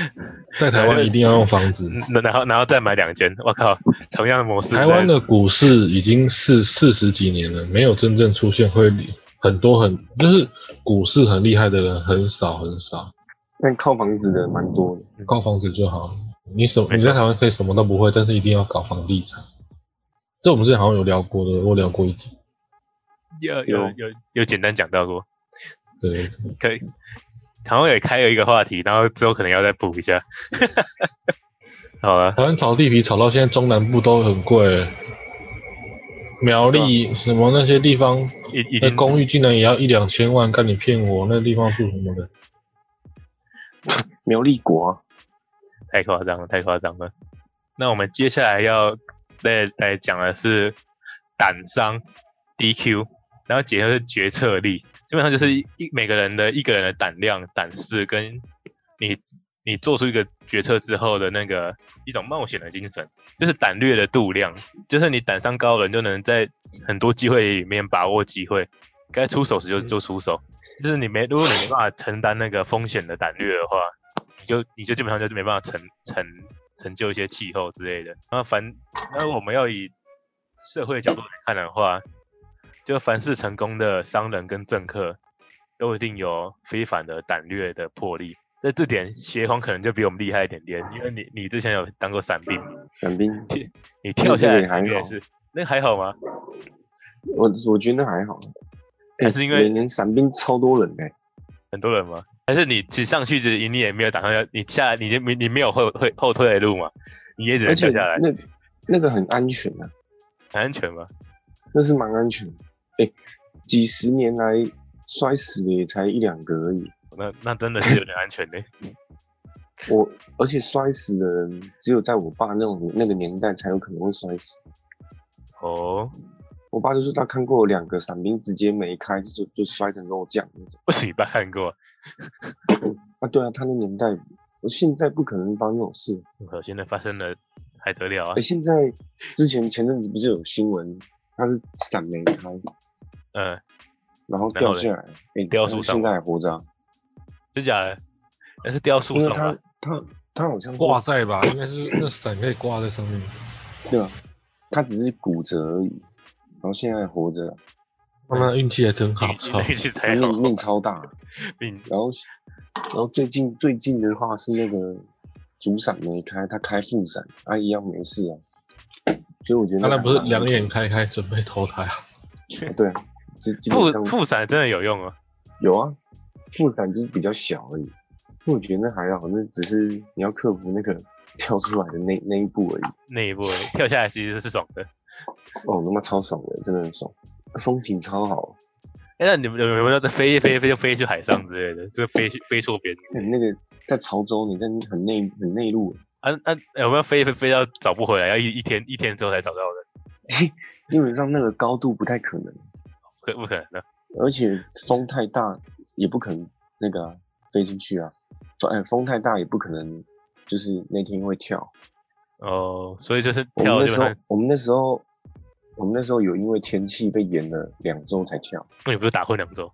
S3: 在台湾一定要用 房子。
S1: 然然后然后再买两间，我靠， 同样的模式。
S3: 台湾的股市已经是四十几年了，没有真正出现会很多很就是股市很厉害的人很少很少，
S2: 但靠房子的蛮多的。
S3: 搞房子就好。你什么
S1: 嗯没错
S3: 你在台湾可以什么都不会，但是一定要搞房地产。这我们之前好像有聊过的，我聊过一集。
S1: 有有有有简单讲到过，
S3: 对，
S1: 可以，好像也开了一个话题，然后之后可能要再补一下。 好了，
S3: 台湾炒地皮炒到现在中南部都很贵、苗栗什么那些地方，
S1: 已啊已
S3: 那
S1: 经
S3: 公寓竟然也要一两千万，干你骗我？那地方住什么的？
S2: 苗栗国啊，
S1: 太夸张了，太夸张了。那我们接下来要再来讲的是胆商 DQ，然后结合是决策力，基本上就是一一每个人的一个人的胆量、胆识跟你你做出一个决策之后的那个一种冒险的精神，就是胆略的度量，就是你胆商高的人就能在很多机会里面把握机会，该出手时就就出手。就是你没，如果你没办法承担那个风险的胆略的话，你就你就基本上就是没办法成成成就一些气候之类的。那凡那我们要以社会角度来看的话，就凡是成功的商人跟政客，都一定有非凡的胆略的魄力。在这点，邪皇可能就比我们厉害一点点，因为你你之前有当过伞兵，
S2: 伞兵，
S1: 你跳下来
S2: 那个也还
S1: 时也
S2: 好
S1: 是，那还好吗？
S2: 我我觉得那还好。
S1: 还是因为
S2: 每年伞兵超多人哎，
S1: 很多人吗？还是你其实上去只你也没有打算要，你下来你就没你没有后后后退的路嘛？你也只能
S2: 而且
S1: 跳下来，
S2: 那那个很安全啊，
S1: 很安全吗？
S2: 那是蛮安全的。哎，几十年来摔死的也才一两个而已，
S1: 那那真的是有点安全的。
S2: 我而且摔死的人只有在我爸那种那个年代才有可能会摔死。
S1: 哦，
S2: 我爸就说他看过两个伞兵直接没开就就摔成肉酱那种。
S1: 不许爸看过，
S2: 啊，对啊，他那年代，我现在不可能发生这种事。
S1: 可现在发生了还得了啊
S2: 哎、？现在之前前阵子不是有新闻，他是伞没开，哎
S1: 嗯、
S2: 然后
S1: 然后
S2: 掉
S1: 嘞
S2: 下来，哎、
S1: 掉
S2: 他
S1: 树上
S2: 现在还活着啊、
S1: 真假的？那是雕塑
S2: 因为
S1: 上
S2: 他
S1: 吧？
S2: 他他好像是
S3: 挂在吧，应该是那伞可以挂在上面。
S2: 对啊，他只是骨折而已，然后现在还活着啊，
S3: 他妈运气还真好，
S1: 你
S3: 操
S1: 那！ 是才好，
S2: 命命超大。
S1: 命
S2: 然后然后最近最近的话是那个主伞没开，他开副伞，他、一样没事啊。所以我觉得
S3: 他
S2: 那
S3: 那
S2: 个
S3: 不是
S2: 还蛮
S3: 两
S2: 安全
S3: 眼开开准备投胎啊？
S2: 的对啊，基基本
S1: 副
S2: 上
S1: 副伞真的有用哦。
S2: 有啊，副伞就是比较小而已。那我觉得那还好，那只是你要克服那个 跳出来的那那一步而已。
S1: 那一步而已跳下来其实是爽的。
S2: 哦，他妈超爽的，真的很爽，风景超好。
S1: 哎、那你们有没有在飞一飞一飞就飞去海上之类的？就飞去飞错边之类的
S2: 你那个在潮州，你在很内很内陆，
S1: 啊啊！有没有飞一飞飞到找不回来，要一一天一天之后才找到的？
S2: 基本上那个高度不太可能，
S1: 可不可能的？
S2: 而且风太大也不可能那个啊、飞出去啊。风哎风太大也不可能，就是那天会跳。
S1: 哦，所以就是
S2: 我们
S1: 跳
S2: 那
S1: 就
S2: 时候
S1: 看，，
S2: 我们那时候，我们那时候有因为天气被延了两周才跳。
S1: 那你不是打混两周？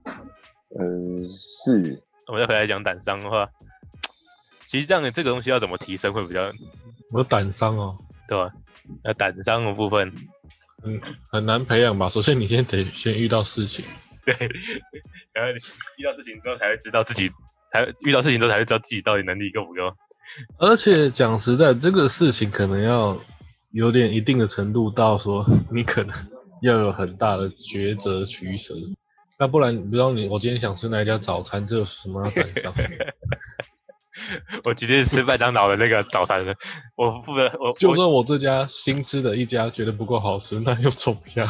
S2: 嗯，是
S1: 我们再回来讲胆商的话，其实这样的这个东西要怎么提升会比较
S3: 我有胆商哦，
S1: 对吧？那胆商的部分，
S3: 嗯，很难培养吧？首先你先得先遇到事情，
S1: 对，然后遇到事情之后才会知道自己，才遇到事情之后才会知道自己到底能力够不够。
S3: 而且讲实在，这个事情可能要有点一定的程度到说，你可能要有很大的抉择取舍。那不然，比如说你，我今天想吃哪一家早餐，这有什么要胆 商？
S1: 我今天吃麦当劳的那个早餐，我负责我
S3: 就
S1: 我
S3: 算我这家新吃的一家觉得不够好吃，那又怎么样？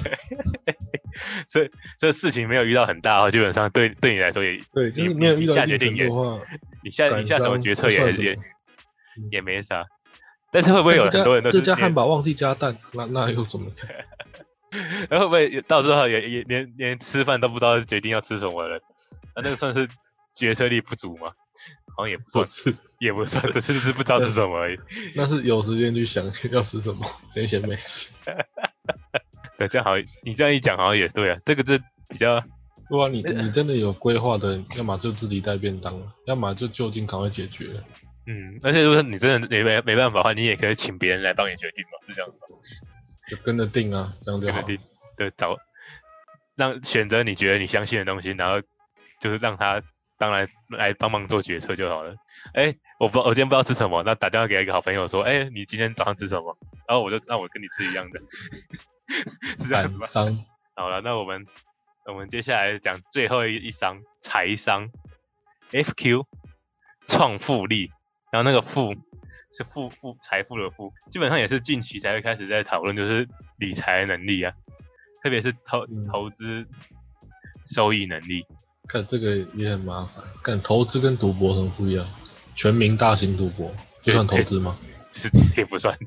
S1: 所以这事情没有遇到很大的话，基本上对对你来说也
S3: 对，就是
S1: 你
S3: 没有遇到
S1: 你下
S3: 一定
S1: 决定
S3: 程
S1: 也
S3: 度的话，
S1: 你下你下什么决策也
S3: 是
S1: 也也没啥。但是会不会有
S3: 哎这
S1: 很
S3: 家
S1: 多人都
S3: 这
S1: 是
S3: 家汉
S1: 连，
S3: 堡忘记加蛋，那那又怎么样？
S1: 然 后会不会到时候也也连连吃饭都不知道决定要吃什么了？那那个算是决策力不足吗？好像也不
S3: 不
S1: 算，
S3: 是，
S1: 也不算，这就是不知道吃什么而已。
S3: 那是有时间去想要吃什么，闲闲没事。
S1: 对，这样好像，你这样一讲好像也对啊，这个是比较
S3: 如果你你真的有规划的，要么就自己带便当，要么就就近赶快解决。
S1: 嗯，而且如果你真的没没没办法的话，你也可以请别人来帮你决定嘛，是这样子吧？
S3: 就跟着定啊，这样就
S1: 对
S3: 好
S1: 不
S3: 了。
S1: 对？对，找让选择你觉得你相信的东西，然后就是让他当然来帮忙做决策就好了。哎，我不知道我今天不知道吃什么，那打电话给一个好朋友说，哎，你今天早上吃什么？然后我就那我跟你吃一样的， 是啊这样子吧
S3: 板？商
S1: 好了，那我们我们接下来讲最后一一商财商，FQ 创富力，然后那个富是富富财富的富，基本上也是近期才会开始在讨论，就是理财能力啊，特别是投
S3: 嗯
S1: 投资收益能力。
S3: 看这个也很麻烦，看投资跟赌博有什么不一样？全民大型赌博就算投 资吗？
S1: 是也不算，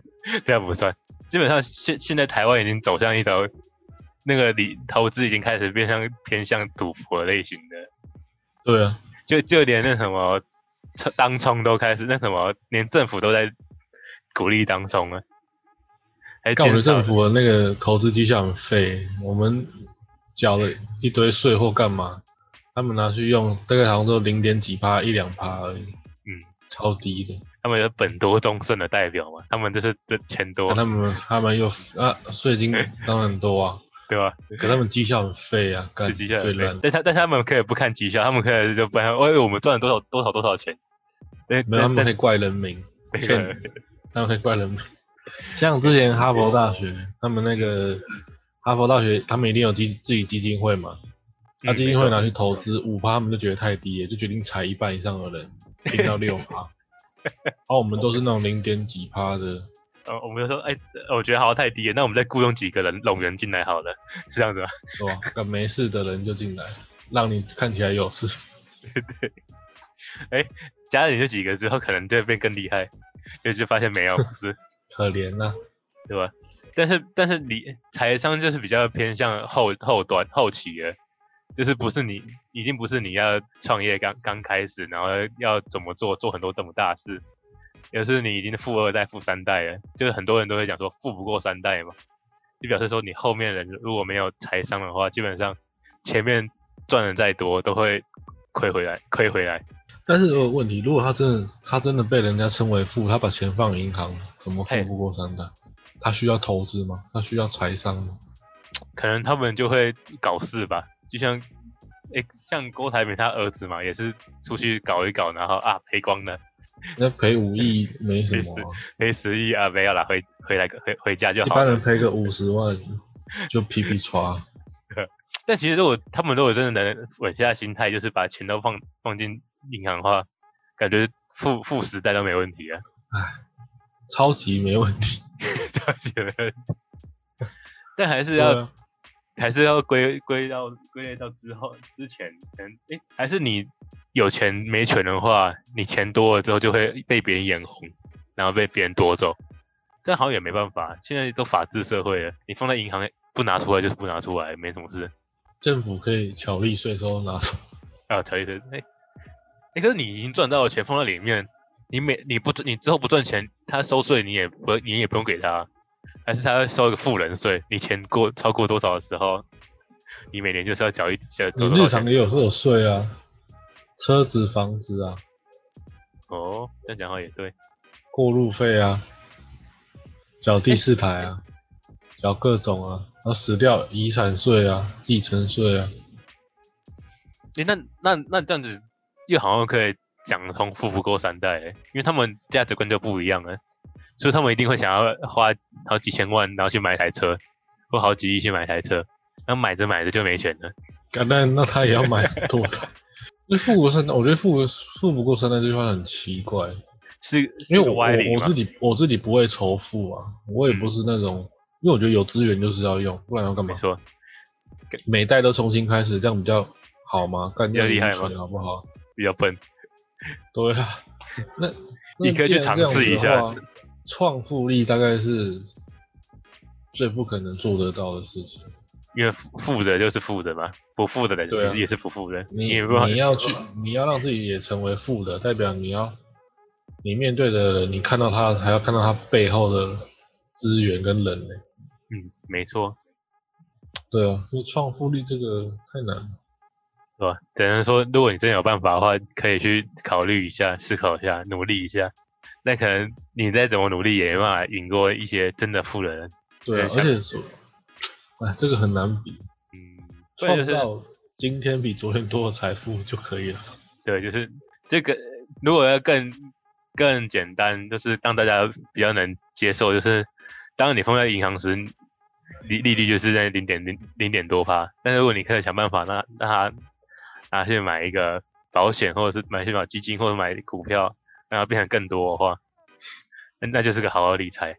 S1: 这样不算。基本上现现在台湾已经走向一条那个理投资已经开始变向偏向赌博类型的
S3: 对啊，
S1: 就就连那什么冲当冲都开始，那什么连政府都在鼓励当冲啊，还
S3: 看我们
S1: 减少
S3: 政府的那个投资绩效很废，我们缴了一堆税或干嘛，他们拿去用，大概好像就零点几趴一两趴而已，
S1: 嗯，
S3: 超低的。
S1: 他们有本多终身的代表嘛，他们就是的钱多
S3: 那，啊他们他们又啊 税金当然多啊，
S1: 对吧？
S3: 可他们绩效很废啊，干
S1: 是绩效
S3: 最
S1: 很
S3: 烂
S1: 烂，。但他但他们可以不看绩效，他们可以就不看，哎，我们赚了多少多少多少钱，对，
S3: 没有，
S1: 但
S3: 他
S1: 嗯
S3: 们可以怪人民，
S1: 但
S3: 欠
S1: 对
S3: 他们可以怪人民。像之前哈佛大学，他们那个哈佛大学，他们一定有基自己基金会嘛？那、
S1: 嗯
S3: 基金会
S1: 没错
S3: 拿去投资五趴，他们就觉得太低了，就决定裁一半以上的人，定到六 趴。然后我们都是那种零点几趴的，
S1: 呃，我们就说，哎，我觉得好像太低了，那我们再雇佣几个人拢人进来好了，是这样子吗？
S3: 是吧？那没事的人就进来，让你看起来有事。
S1: 加了你这几个之后，可能就会变更厉害，就就发现没有，不是。
S3: 可怜呐、
S1: 对吧？但是但是理财商就是比较偏向后后端后期的，就是不是你已经不是你要创业刚刚开始，然后要怎么做做很多这么大事，而是你已经富二代富三代了，就是很多人都会讲说富不过三代嘛，就表示说你后面人如果没有财商的话，基本上前面赚的再多都会亏回来亏回来。
S3: 但是我有问题，如果他真的他真的被人家称为富，他把钱放银行，怎么富
S1: 嘿
S3: 不过三代？他需要投资吗？他需要财商吗？
S1: 可能他们就会搞事吧，就像，诶，像郭台铭他儿子嘛，也是出去搞一搞，然后啊赔光了，
S3: 那赔 五亿没什么啊、
S1: 赔十亿啊，没有啦，回回来回回家就
S3: 一
S1: 好
S3: 般
S1: 了。
S3: 人赔个五十万就皮皮 抓。
S1: 但其实如果他们如果真的能稳下心态，就是把钱都放放进银行的话，感觉富富时代都没问题啊，
S3: 超级没问题，
S1: 这样子也没问题。但还是
S3: 对
S1: 要、
S3: 啊，
S1: 还是要归归到归类到之后之前，可能诶、还是你有钱没权的话，你钱多了之后就会被别人眼红，然后被别人夺走，这样好像也没办法。现在都法治社会了，你放在银行不拿出来就是不拿出来，没什么事
S3: 政府可以巧立税收拿走，
S1: 啊。可以的，诶、诶哎可是你已经赚到的钱放在里面，你每你不你之后不赚钱，他收税你也不你也不用给他，还是他会收一个富人税，你钱过超过多少的时候，你每年就是要缴一缴
S3: 你
S1: 多少
S3: 日
S1: 钱
S3: 常也有是有税啊，车子、房子啊，
S1: 哦，这样讲话也对。
S3: 过路费啊，缴第四台 啊，缴各种啊，然后死掉遗产税啊、继承税啊，
S1: 诶，哎那那那这样子，又好像可以讲通富不过三代、欸，因为他们价值观就不一样了，所以他们一定会想要花好几千万，然后去买一台车，或好几亿去买一台车，然后买着买着就没钱了。
S3: 干但那他也要买很多台。 那富不过三代，我觉得富不富不过三代这句话很奇怪，
S1: 是
S3: 因
S1: 是
S3: 为我
S1: 个歪理
S3: 我我
S1: 嘛
S3: 自己我自己不会仇富啊，我也不是那种，因为我觉得有资源就是要用，不然要干嘛
S1: 没？错，
S3: 每代都重新开始，这样比较好吗？干
S1: 比较
S3: 掉
S1: 厉害吗
S3: 好不好？
S1: 比较笨。
S3: 对啊， 那
S1: 你可以去尝试一下。
S3: 那既然这样子的话创富力大概是最不可能做得到的事情。
S1: 因为富富的就是富的嘛，不富的
S3: 对啊
S1: 也是也是不富的，
S3: 你
S1: 也不知道
S3: 你要去，你要让自己也成为富的，代表你要你面对的人，你看到他还要看到他背后的资源跟人呢、
S1: 嗯，没错，
S3: 对啊，所以创富力这个太难了。
S1: 对吧？只能说，如果你真有办法的话，可以去考虑一下、思考一下、努力一下。那可能你再怎么努力，也没办法赢过一些真的富的人。
S3: 对啊，
S1: 所
S3: 而
S1: 以像
S3: 且说，哎，这个很难比。
S1: 嗯，所以
S3: 创
S1: 就是
S3: 造今天比昨天多的财富就可以了。
S1: 对，就是这个。如果要更更简单，就是让大家比较能接受，就是当你放在银行时，利利率就是在零点零零点多趴。但是如果你可以想办法让让它拿去买一个保险，或者是买去买基金，或者买股票，让它变成更多的话，那那就是个好好理财。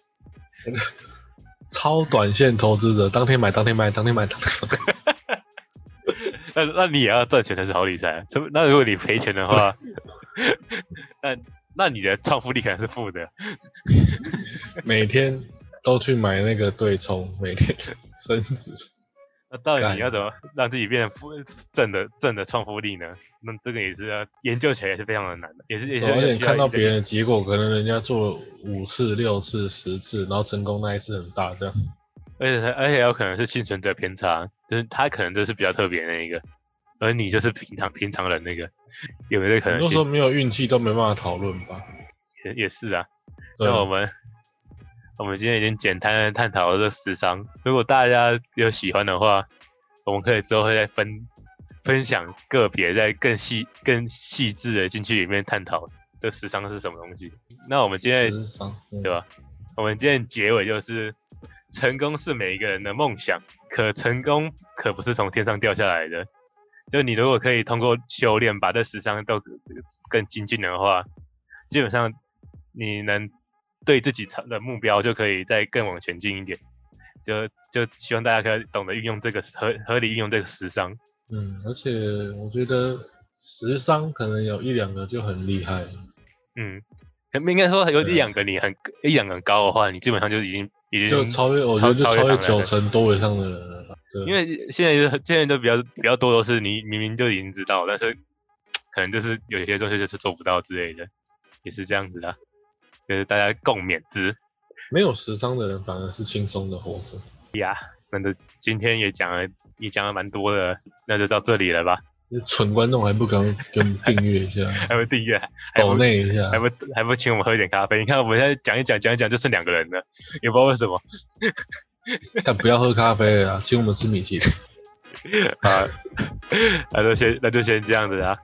S3: 超短线投资者，当天买，当天卖，当天买，当天买。
S1: 那那你也要赚钱才是好理财啊。除非那如果你赔钱的话， 那那你的创富力可能是负的。
S3: 每天都去买那个对冲，每天升值。
S1: 那到底
S3: 干
S1: 你要怎么让自己变成负正的正的创富力呢？那这个也是要研究起来也是非常的难的，也是也是
S3: 啊而且
S1: 要
S3: 你
S1: 需
S3: 看
S1: 要
S3: 到
S1: 一定
S3: 别人的结果，可能人家做了五次、六次、十次，然后成功那一次很大，这样
S1: 而且他而且有可能是幸存者偏差，就是他可能就是比较特别的那一个，而你就是平常平常人那个，有没有这个可
S3: 很
S1: 能
S3: 多时候
S1: 性？
S3: 没有运气都没办法讨论吧？
S1: 也也是啊。
S3: 对
S1: 那我
S3: 啊，
S1: 们我们今天已经简单的探讨了这十章，如果大家有喜欢的话，我们可以之后会再分分享个别，再更细、更细致的进去里面探讨这十章是什么东西。那我们今天
S3: 智商
S1: 对
S3: 对
S1: 吧？我们今天的结尾就是：成功是每一个人的梦想，可成功可不是从天上掉下来的。就你如果可以通过修炼把这十项都更精进的话，基本上你能对自己朝的目标就可以再更往前进一点。就就希望大家可以懂得运用这个合合理运用这个时尚，
S3: 嗯，而且我觉得时商可能有一两个就很厉害了，
S1: 嗯，可应该说有
S3: 对
S1: 一两个你很一两个很高的话，你基本上就已经已经
S3: 就超越，我觉得就
S1: 超越
S3: 超
S1: 常
S3: 越
S1: 人
S3: 九
S1: 了
S3: 成多以上的人了吧。对啊
S1: 因为现在就是现在就比较比较多都是你明明就已经知道，但是可能就是有些东西就是做不到之类的，也是这样子的，就是大家共勉之。
S3: 没有时商的人反而是轻松的活着。
S1: 那就今天也讲了，你讲了蛮多的，那就到这里了吧？
S3: 那蠢观众还不敢给我们订阅一下，
S1: 还不订阅，还
S3: 抖
S1: 不
S3: 内一下
S1: 还，不还不请我们喝一点咖啡？你看我们现在讲一讲讲一讲就剩两个人了，也不知道为什么
S3: 但不要喝咖啡了啊，请我们吃米其林。
S1: 啊。 那就先那就先这样子啊，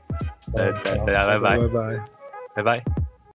S1: 大大大家拜拜
S3: 拜拜。
S1: 拜拜。